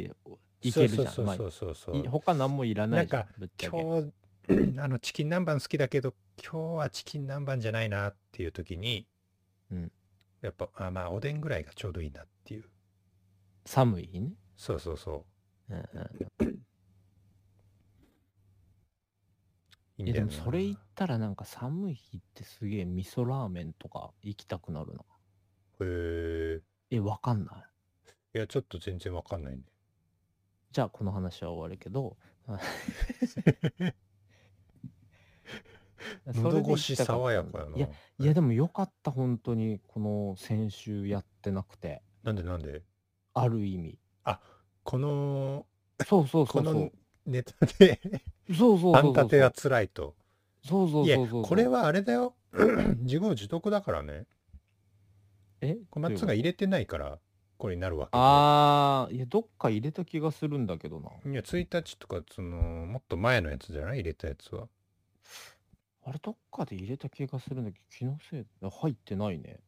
いけるじゃん。
そうそうそうそうそう。
まあい他何もいらないじゃん。
なんか
ぶっちゃけ
今日あのチキン南蛮好きだけど今日はチキン南蛮じゃないなっていう時に、
うん
やっぱあまあおでんぐらいがちょうどいいなっていう
寒い日ね。
そうそうそ
うんうん
ういい
い
んだ
やで
よ
も
な
それ言ったらなんか寒い日ってすげえ味噌ラーメンとか行きたくなるな。
へ
え、わかんない。
えいやちょっと全然わかんないね
じゃあこの話は終わるけど。それ
喉
で行
越
き
した
った
爽やかやない
や、 いやでもよかった、本当に、この先週やってなくて、
なんでなんで
ある 意味。
この
そうそうそ
こ
うそう。
のネタで
そうそうそうそう。
あんたてはつらいと
そうそう
いや
そうそう。
これはあれだよ 自業自得だからね
え、
小松が入れてないからこれになるわけで
あー、いや、どっか入れた気がするんだけどな。
いや1日とかそのもっと前のやつじゃない入れたやつは
あれ、どっかで入れた気がするんだけど、気のせいあ入ってないね。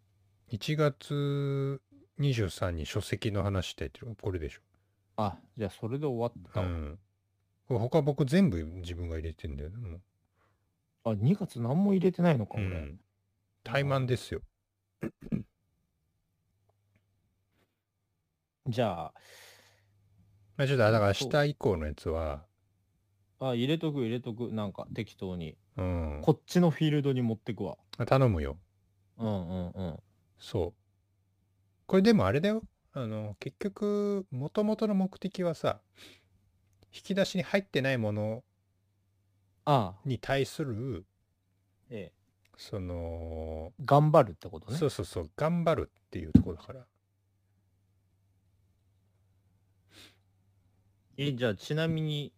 1月23に書籍の話したいってこれでしょ
あ、じゃあそれで終わった
う
わ。
んこれ他僕全部自分が入れてんだよねもう
あ、2月何も入れてないのか、
う
俺。
ん怠慢ですよ
じゃ
まあちょっとだから
そう
明日以降のやつは
あ、あ、入れとく入れとく。なんか適当に。
うん
こっちのフィールドに持ってくわ。
頼むよ
うんうんうん。
そうこれでもあれだよあの結局もともとの目的はさ引き出しに入ってないもの
ああ、
に対する
ええ。
その
頑張るってことね。
そうそうそう頑張るっていうところだから
え、じゃあちなみに、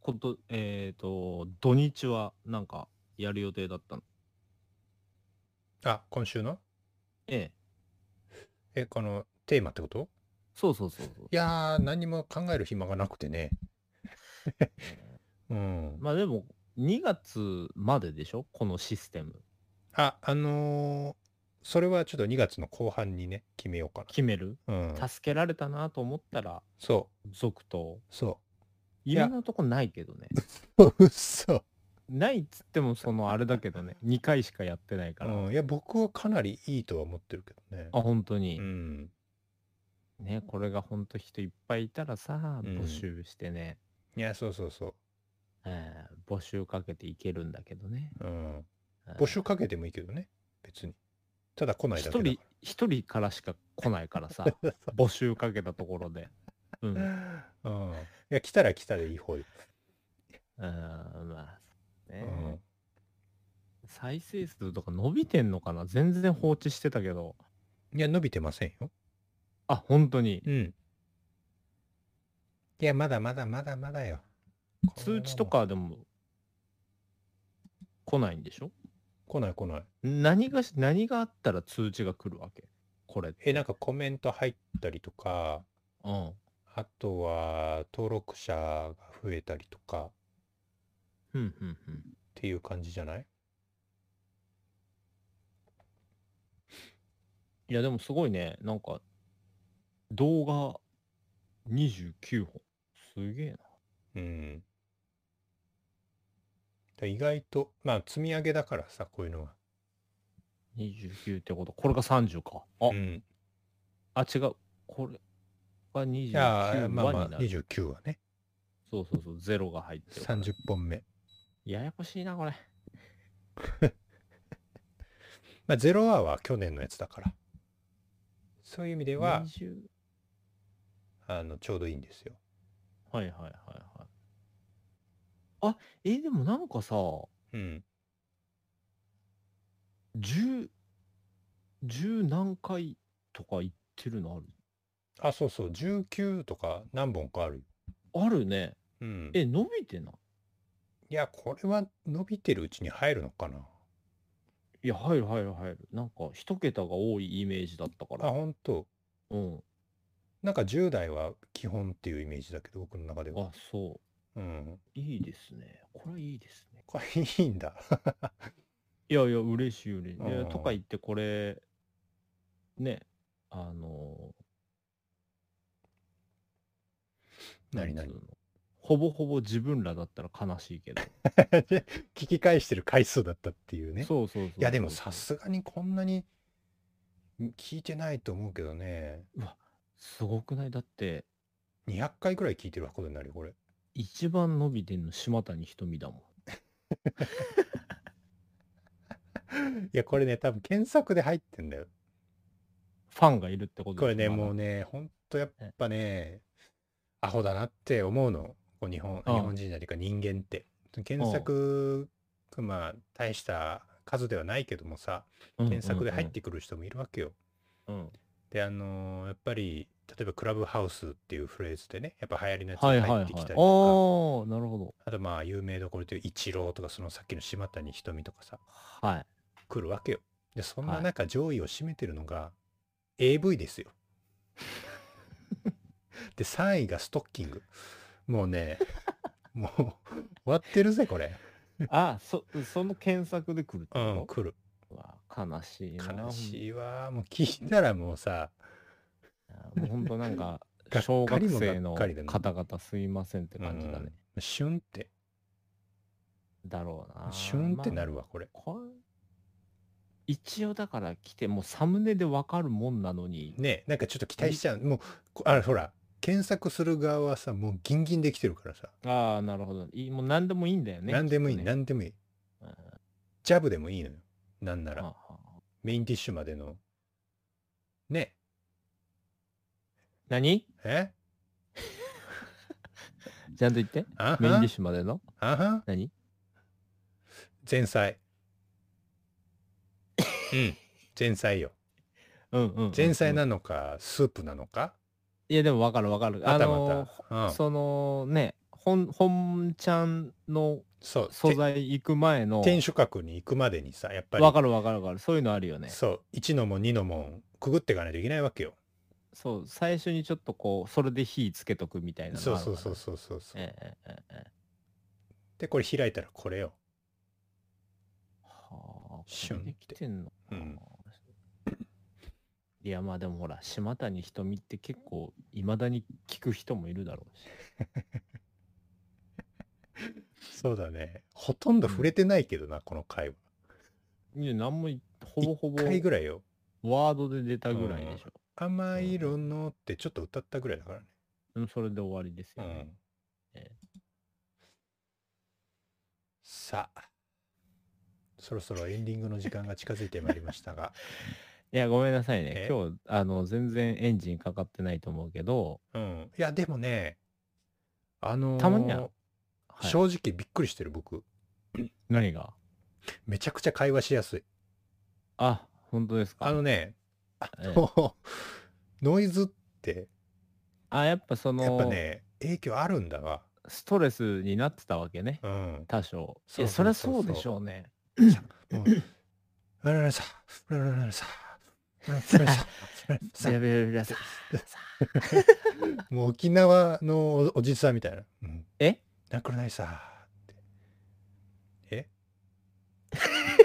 こと、えっ、と、土日はなんかやる予定だったの
あ今週の
ええ。
えこのテーマってこと
そうそうそうそう。
いやー何も考える暇がなくてね うん
まあでも、2月まででしょこのシステム。
ああのーそれはちょっと2月の後半にね決めようか
決める、
なうん
助けられたなと思ったら、
そ
続
う
投。
そや
今のとこないけどね。
う嘘
ないっつっても、そのあれだけどね。2回しかやってないから。
うん、いや僕はかなりいいとは思ってるけどね
あ、本当に。
うん
ね、これが本当人いっぱいいたらさ、
うん
募集してね、
いやそうそうそ
えー募集かけていけるんだけどね。
う、うん、募集かけてもいいけどね別にただ来ないだ
一
けだ
人
か、
一人からしか来ないか らさ、募集かけたところで。うん。うん
ら、うん、いや来たら来たでいい方よ、
まあ、ね、
うん
再生数とか伸びてんのかな全然放置してたけど。
いや、伸びてませんよ。
あ、本当に。
うん。いや、まだまだまだまだよ。
通知と。かでも、来ないんでしょ
来ない来ない。
何がし、何があったら通知が来るわけこれ。
え、なんかコメント入ったりとか、
うん。
あとは登録者が増えたりとかっ
ふんふんふん。
ていう感じじゃない
いや、でもすごいね。なんか、動画29本。すげえな。
うん。だから意外と、まあ、積み上げだからさ、こういうのは。
29ってこと。これが30か。あ、
うん。
あ、違う。これが
い
29
や、まあま
話
あ、
になる。
29はね。
そうそうそう。ゼロが入ってるから。
30本目。
ややこしいな、これ。
まあ、ゼロアーは去年のやつだから。そういう意味では、
20
あの、ちょうどいいんですよ。
はいはいはいはい。あ、えーでもなんかさ、
うん。
10、10何回とか言ってるの
あ、そうそう、19とか何本かあるよ。
あるあるね。
うん。い
え、伸びてない
や、これは伸びてるうちに入るのかな。
いや、入る入る入る。なんか、一桁が多いイメージだったか
あ、
ら。
ほんと。
うん。
なんか10代は基本っていうイメージだけど、僕の中では。
あ、そ
うん。
う。いいですね。これはいいですね。
これいいんだ。
いやいや、嬉しい嬉しい。いや
うん
とか言って、これ、ね、あのー、
何
なんつ
何
うのほぼほぼ自分らだったら悲しいけど。
聞き返してる回数だったっていうね。
そうそうそうそう。
いや、でもさすがにこんなに聞いてないと思うけどね。
すごくないだって、
200回ぐらい聞いてることになるよ、これ。
一番伸びてんの島谷ひとみだもん。
いや、これね、多分検索で入ってんだよ。
ファンがいるってこと
これね、
まだ
もうね、ほんとやっぱね、アホだなって思うの。こう日本、日
ああ
本人なりか人間って。検索、まあ、大した数ではないけどもさ、
うんうんうん
検索で入ってくる人もいるわけよ。
うん
で、あのーやっぱり、例えばクラブハウスっていうフレーズでね、やっぱ流行りのやつ
は
が
いはいは
入っ
い。ああ
てきたりとか、
ー、なるほど。
あとまあ、有名どころでいうイチローとか、そのさっきの島谷ひとみとかさ、
はい。
来るわけよ。で、そんな
はい
中、上位を占めてるのが、AV ですよ。で、3位がストッキング。もうね、もう、終わってるぜ、これ。
あ、そ、その検索で来るって
うん、
こ
来る。
とわ悲しいな。
悲しいわ。もう聞いたらもうさ、
もうほんとなんか、
がっ
小
かり
学
も
生
がっ
の
かりだね
方々すいませんって
う
感じだね
ん。、シュンって、
だろうな。
シュンってなる
わ。
わ、これ。
これ一応だから来て、もうサムネでわかるもんなのに、
ね、なんかちょっと期待しちゃう。もう、こあほら、検索する側はさ、もうギンギンできてるからさ、
ああ、なるほど。いいもう何でもいいんだよね。
なんでもいい、
きっとね
なんでもいい。
うんあ
ジャブでもいいのよ。なんな
あ
ら、
ああ
メインディッシュまでの。ね、
何
え
ちゃんと言って。
あ
メインデ
は
ィッ
ん
シュまでの
あはん
何
前菜。うん、前菜よ。
うんうんうん
前菜
うん
なのか、スープなのか、
いやでもわかるわかる。
はた
の
ま
ー
た、うん、
そのね、本、本ちゃんの
そう、
素
て
材行く前の、
天守閣に行くまでにさ、やっぱり、
わかるわかるわかる。そういうのあるよね。
そう、1の門、2の門、くぐっていかないといけないわけよ。
そう、最初にちょっとこう、それで火つけとくみたいなの
そう
ある
そ
わ
う
な
そうそうそうそう。
ええええええ。
で、これ開いたらこれよ。
はあ、
シ
こ
ュン
れ
って
できてんのかな
うん
いやまあでもほら島谷ひとみって結構いまだに聞く人もいるだろうし
そうだね。ほとんど触れてないけどな、この会話。
いや何もいほぼほぼ
1回ぐらいよ。
ワードで出たぐらいでしょ、
甘い色のってちょっと歌ったぐらいだからね。
うん、それで終わりです
う
よね、
ん。
え
さあ、そろそろエンディングの時間が近づいてまいりましたが、
いやごめんなさい
え
ね今日あの全然エンジンかかってないと 思うけど、
うん。いや、でもね、あのー
たまにははい、
正直びっくりしてる僕。
何が
めちゃくちゃ会話しやすい。
あ本当ですか
あのね、
ええ
ノイズって、
あやっぱその
やっぱね、影響あるんだわ。
ストレスになってたわけね
うん。
多少
そうそうそうそう
いやそりゃそうでしょうね
もう、ラララさ、ラララさ、ラララさ、ラララさ
ベラベラベラさ
もう沖縄のおおじさんみたいな。うん、
え
なくないさ。って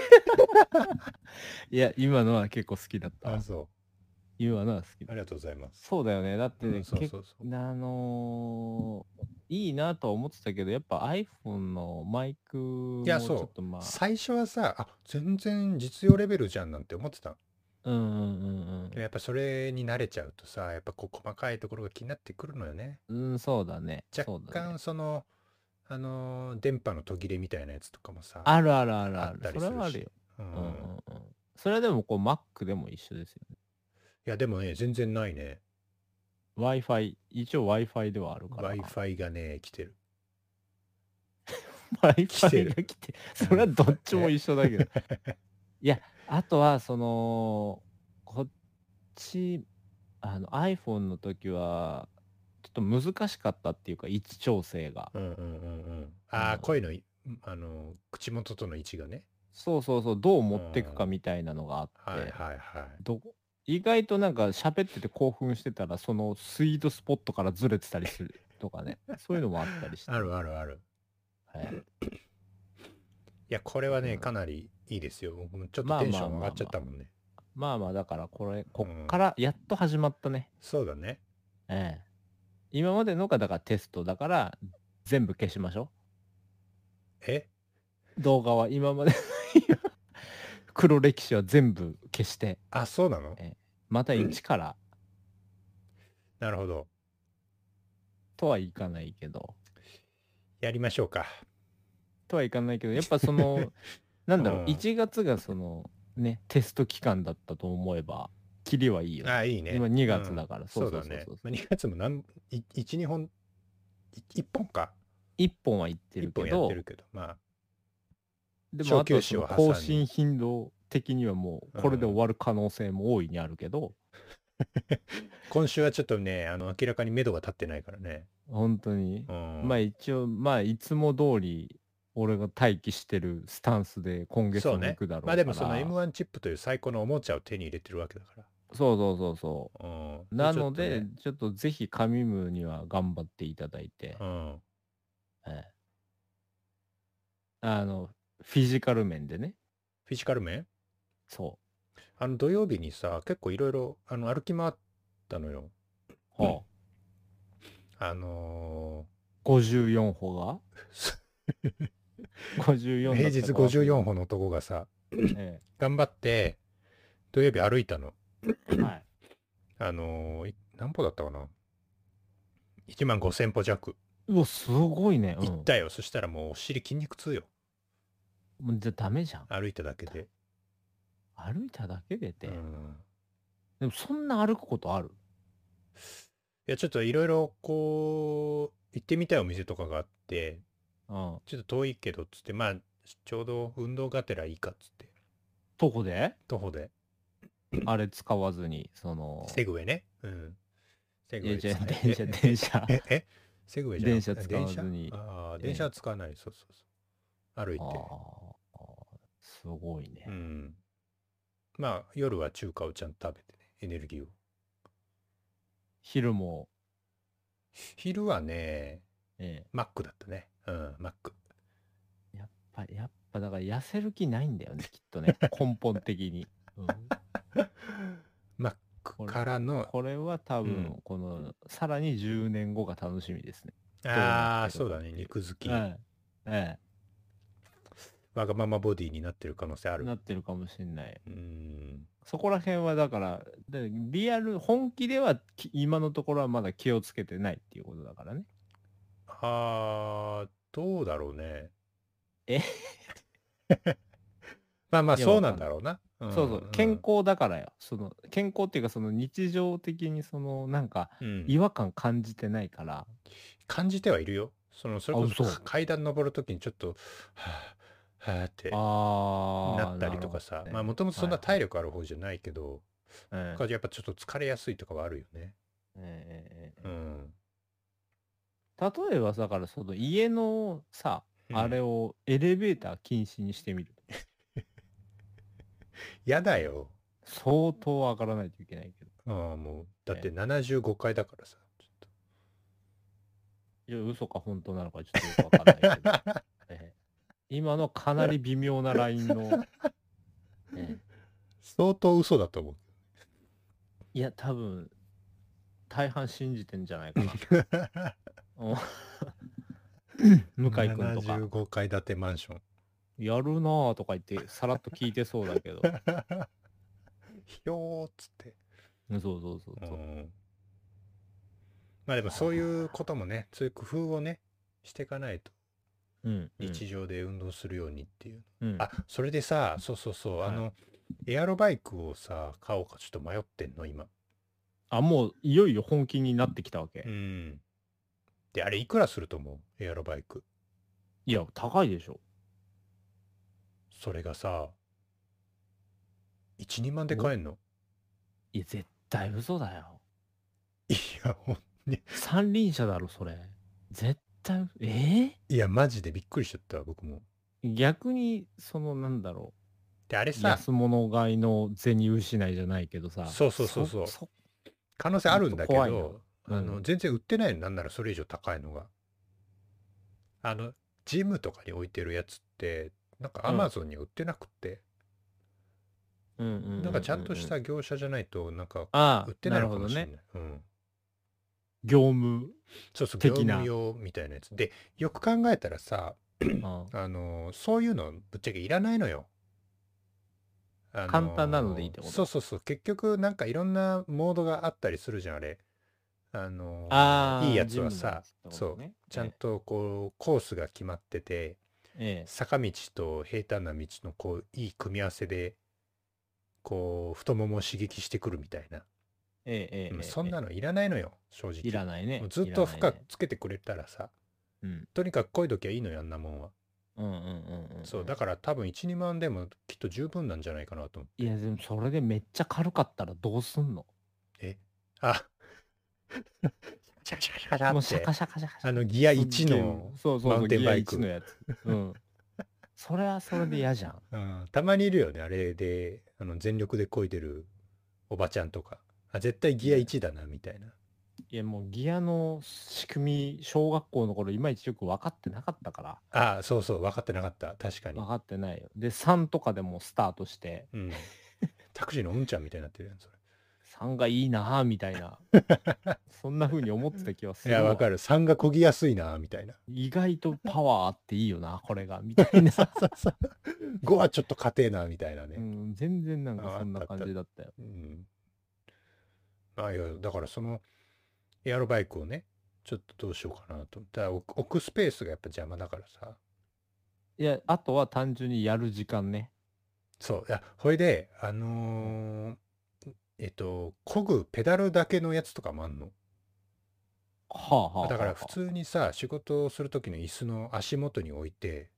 いや、今のは結構好きだっ
えあ、
た。
そ
今のは好き
う。あ
だ
りがとうございます。
そうだよね。だって
う
ね、
ん、そう
結
そうそう。
あのーいいなとは思ってたけど、やっぱ iPhone のマイクも
いや
ち
そう
ょっとまあ、
最初はさ、あ、全然実用レベルじゃんなんて思ってた。
うんうんうん
でもやっぱそれに慣れちゃうとさ、やっぱこう細かいところが気になってくるのよね。
うん。うん、そうだね。
若
そうだね
干その、あのー、電波の途切れみたいなやつとかもさ。
あるあるあるあ
あった
る。
り
そ
するし
れはあるよ。
う
うんんうんうん。それでもこう Mac でも一緒ですよね。
いや、でもね、全然ないね。
Wi-Fi、一応 Wi-Fi ではあるから。
Wi-Fi がね、来てる。来て
Wi-Fi
る
が来て、それはどっちも一緒 だけど。いや、あとは、その、こっち、あの iPhone の時は、ちょっと難しかったっていうか、位置調整が。
うんうんうんうん。ああ、
うん
声のい、あの、口元との位置がね。
そうそうそう、どう持ってくかみたいなのがあって、
はいはいはい。
ど意外となんか喋ってて興奮してたら、そのスイートスポットからずれてたりするとかね、そういうのもあった りして。
あるあるある。
はい
いや、これはね、
うん
かなりいいですよ。僕もちょっと
まあまあ
テンション上がっちゃったもんね。
まあまあ、だからこれ、こっからやっと始まったね。
そうだね。
ええ。今までのがだからテストだから全部消しましょ
え
う。動画は今まで 黒歴史は全部消して、
あ、そうなの
えまた一から
なるほど。
とはいかないけど、
やりましょうか。
とはいかないけど、やっぱ その、なんだろ
う
う、
ん
1月がそのね、テスト期間だったと思えば、キリはいいよ。
あいいね。
今2月だから
うん
そ
そうう
そう
だ
そうそ
ね。ま
う
あ2月もなんい1、2本、1本か。
1本はいって
1
るけ
本やっ
ど
て、るけど。まあ、
でも
小
あと
休
は
止
そ
を挟ん
の
で
更新頻度的にはもうこれで終わる可能性も大いにあるけど、
今週はちょっとね、あの、明らかに目処が立ってないからね。
本当に
うん。
まあ一応まあいつも通り俺が待機してるスタンスで今月
そ
も
うね
行くだろうから
まあでもその M1 チップという最高のおもちゃを手に入れてるわけだから。
そうそうそうそ
うん
う。なので、、ちょっとぜひ神ムには頑張っていただいて
ちょっと、ね
ええあの、フィジカル面でね。
フィジカル面
そ
あの土曜日にさ、結構いろいろあの歩き回ったのよ。
う。ほ
あの
う54歩が
ー
54
平日54歩の男がさ、
歩。え
頑張って土曜日歩いたの。
えはい。
あのーい何歩だったかな ?1 万5千歩弱。
うわ、すごいね。う
行
ん
っ。たよ。そしたらもうお尻筋肉痛よ。
もうじゃあダメじゃん。
歩いただけで。
歩いただけでて。
うん
でもそんな歩くことある
いや、ちょっといろいろこう、行ってみたいお店とかがあって、
うん。
ちょっと遠いけどっつって、まあ、ちょうど運動がてらいいかっつって、
どこで
徒歩で、
あれ使わずに、その、
セグウェイね。うん。セグウェ
い
イ
やじゃ
使
あ
って
電車、電車。
え、えセグウェイじゃなくて
電車使わずに
電車ああ、
ええ
電車は使わない。そうそうそう。歩い
あ
て。
あすごいね。
うん。まあ、夜は中華をちゃんと食べてね、エネルギーを。
昼も、
昼はね、
え
マックだったね。うん、マック。
え、やっぱ、やっぱだから痩せる気ないんだよね、きっ とね。根本的に。うん
マックからの、
これは多
う
分、この、さらに10年後が楽しみですね。
ああ、
ど
そうう
な
だ
ってるか
ね、肉好き。
ええ、え
わがままボディになってる可能性あ
え、
る。
な
う
ってるかもしれない。
ーん。
そこら辺はだから、でリアル、本気ではき今のところはまだ気をつけてないっていうことだからね。
あー、どうだろうね。
え
まあまあ、
いや
そうなんだろうな。ん
そうそう、健。康だからよ。その、健康っていうか、その日常的にその、なんか、
うん
違和感感じてないから、
感じてはいるよ。その、それこそ
あ嘘
階段登るときにちょっと、はぁ、はぁって
ああ。
なったりとかさ。
なるほどね
まあ、もともとそんな
はいはい
体力ある方じゃないけど、
ええ
やっぱちょっと疲れやすいとかはあるよね。
ええええ
う
え
ん。
え例えばさだからその家のさ、あれ
を。
をエレベーター禁止にしてみる。
やだよ。
相当上がらないといけないけど。
ああ、もう、だって75階だからさ。ちょっと
いや、嘘か本当なのかちょっとよくわからないけど、 ええ今のかなり微妙なライン の、ええ
相当嘘だと思う。
いや、多分、大半信じてんじゃないかな。お 向井君とか。
75階建てマンション。
やるなぁとか 言って、さらっと聞いてそうだけど。
ひょーっつって。
そうそうそうそうう。
ん。まあでもそういうこともね、そういう工夫をね、していかないと。
うん。
日常で運動するようにっていう。
うん。
あ、それでさ、そうそうそう、あの、エアロバイクをさ、買おうかちょっと迷ってんの、今。
あ、もう、いよいよ本気になってきたわけ。
うん。で、あれいくらすると思うエアロバイク。
いや、高いでしょ。
それがさ、1、2万で買えんの
いや、絶対嘘だよ。
いや、ほん
三輪車だろ、それ。絶対、え
いや、マジでびっくりしちゃった、僕も。
え逆に、その、なんだろ
で、あれ
う。
さ、
安物買いの銭失いじゃないけどさ。
そうそうそうそう
そ
可能性あるんだけ
ちょっと怖い
ど、
な
あ
う
の、
ん
全然売ってないの、なんならそれ以上高いのが。あの、ジムとかに置いてるやつって、なんか
う
ア
ん
マゾンに売ってなくて、
うんうんううう
なんかちゃんとした。業者じゃないと、なんか
ああ、
売ってな
ないる
の
ほ
かも
ど
しれない。
ね。
うん。
業務。
そうそう、業
的な
務用みたいなやつ。で、よく考えたらさ、
あ
あのそういうのぶっちゃけいらないのよ。あの
簡単なのでいいってこと
そうそうそう結局なんかいろんなモードがあったりするじゃんあれ。あの
あー
いいやつはさ、
ジム
そう
のやつってことね
ちゃんとこうコースが決まってて
ええ。
坂道と平坦な道のこういい組み合わせでこう太ももを刺激してくるみたいな、
ええ、え
う
えええ。
んそんなのいらないのよ正直。
いらないね
もう。ずっと負荷つけてくれたらさ、
いらないね。
とにかくこい時はいいのよあんなもんは。
うん。うんうんうんうん。
そう、だから多分1、2万でもきっと十分なんじゃないかなと思
いや、でもそれでめっちゃ軽かったらどうすんの
う。あ シャカシャカシャカシャ
も
っ
うシャ
て
カシャカシャカシャ
あのギア
すっげえ
1の、
そうそう
マ
そ
ウ
う
ンテンバイ
ギア1
ク
のやつ。うん。それはそれで嫌じゃん。
うん、たまにいるよね、あれで、あの全力で漕いでるおばちゃんとかあ絶対ギア1だなみたいな、
いやもうギアの仕組み小学校の頃いまいちよく分かってなかったから
ああそうそう分かってなかった確かに
分、かってないよで3とかでもスタートして
うん、タクシーのうんちゃんみたいになってるやんそ
3がいいなぁみたい なそんな風に思ってた気はす
れい
るわ
や分かる3がこぎやすいなみた いな
意外とパワーあっていいよなこれがみたいな、
5はちょっと硬えなみたいなね、
うん、全然なんかそんな感じだったよ
うん。あいや、だからその、エアロバイクをね、ちょっとどうしようかなと。だから置く置くスペースがやっぱ邪魔だからさ。
いやあとは単純にやる時間ね
そう。いや、ほいで、あのーえっと、漕ぐペダルだけのやつとかもあんの。
はあはあはあはあ
だから普通にさ、仕事をするときの椅子の足元に置いて、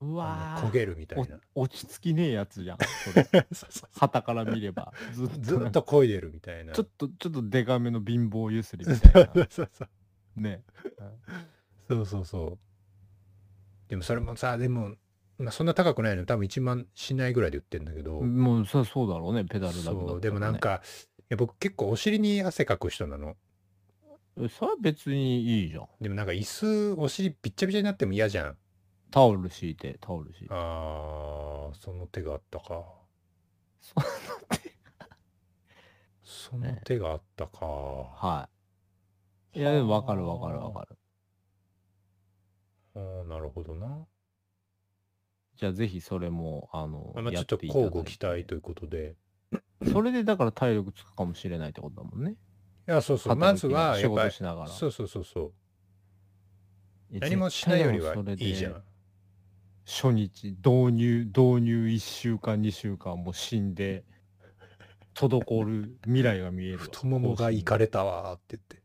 う
あ
わ
の焦げるみたいな。
お落ち着きねえやつじゃんそれ
そうそうそう
旗から見ればずっと
ず
な
っ
んか
と漕いでるみたいな。
ちょっとちょっとデカめの貧乏ゆすりみたい
そ うそ
な
うそう。
ね
そうそうそう。でもそれもさ、でも、まあ、そんな高くないの、多分1万しないぐらいで売ってんだけど、
もうそりゃそうだろうねペダルだけだったら
そ
ね
う、でもなんか、いや僕結構お尻に汗かく人なの。
えそれは別にいいじゃん
でもなんか椅子、お尻びっちゃびちゃになっても嫌じゃん。
タオル敷いてタオル敷いて
あー、その手があったか。
その手
その手があったか。
はいいやでも分かる分かる分かる
あーなるほどな。
じゃあぜひそれもあの、
まあ、ちょ
や
っと
ていただい
交
て
互期待ということで。
それでだから体力つくかもしれないってことだもんね
いや、そうそう、まずは、
仕
やっぱ
事
り、
しながら
そうそうそうそう。
いや
何もしないよりは
絶対でもそれで
いいじゃん。
初日導入導入1週間2週間もう死ん で滞る未来が見えるわ
太ももがいかれたわーって言って。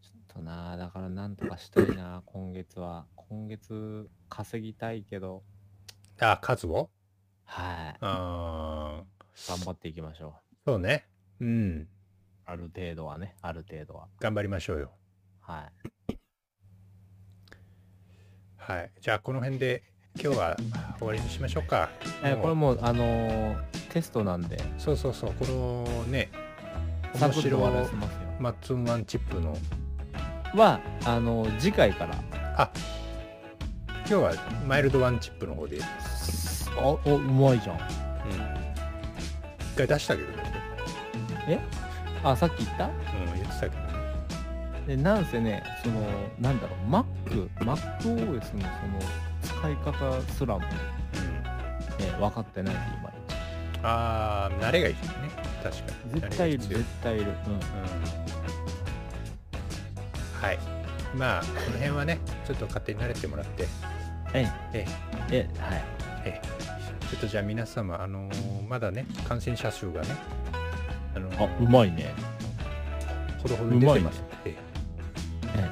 ちょっとなあだからなんとかしたい なあ今月は今月稼ぎたいけど
あ、数を
はい
ああ、
頑張っていきましょ
そうね。うん。
うある程度はねある程度は
頑張りましょうよ。
はい
はい。じゃあ、この辺で今日は終わりにしましょうか。
え
もう
これもうあのーテストなんで
そうそうそう。このね、
サ
面
クッと終わら
白
せますよ
マッツンワンチップの、
はあのー次回から
今日はマイルドワンチップの方で、うん。
おおうまいじゃん
一回出したけどね。
あさっき言った
うん、言ってたけどね。
でなんせねそのなんだろう MacMacOS のその使い方すらも、ね、
うん。
分かってないって今
ああ、慣れがいいですね。確かに。
絶対いる
慣れが必要
絶対いる、
うんはい。まあ、この辺はね、ちょっと勝手に慣れてもらって、
うん、え
え
ええはい
ええちょっとじゃあ皆様、あのーまだね、感染者数がね、あのー
あうまいね
ほどほどに出てます
う
ので、
え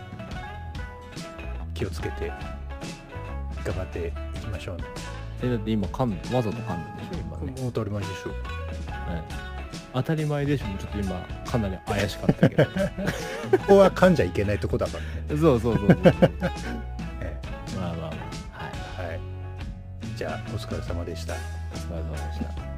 気をつけて、頑張っていきましょうね。
えだって今噛んでわざと噛んでるでしょ今ね、
もう当たり前でしょう。
ええ当たり前でしょちょっと今かなり怪しかった けど
ここは噛んじゃいけないとこだからね。
そうそうそうそうま
え
あまあまあはい
えはい。じゃあ、お疲れ様でした。
お疲れ様でした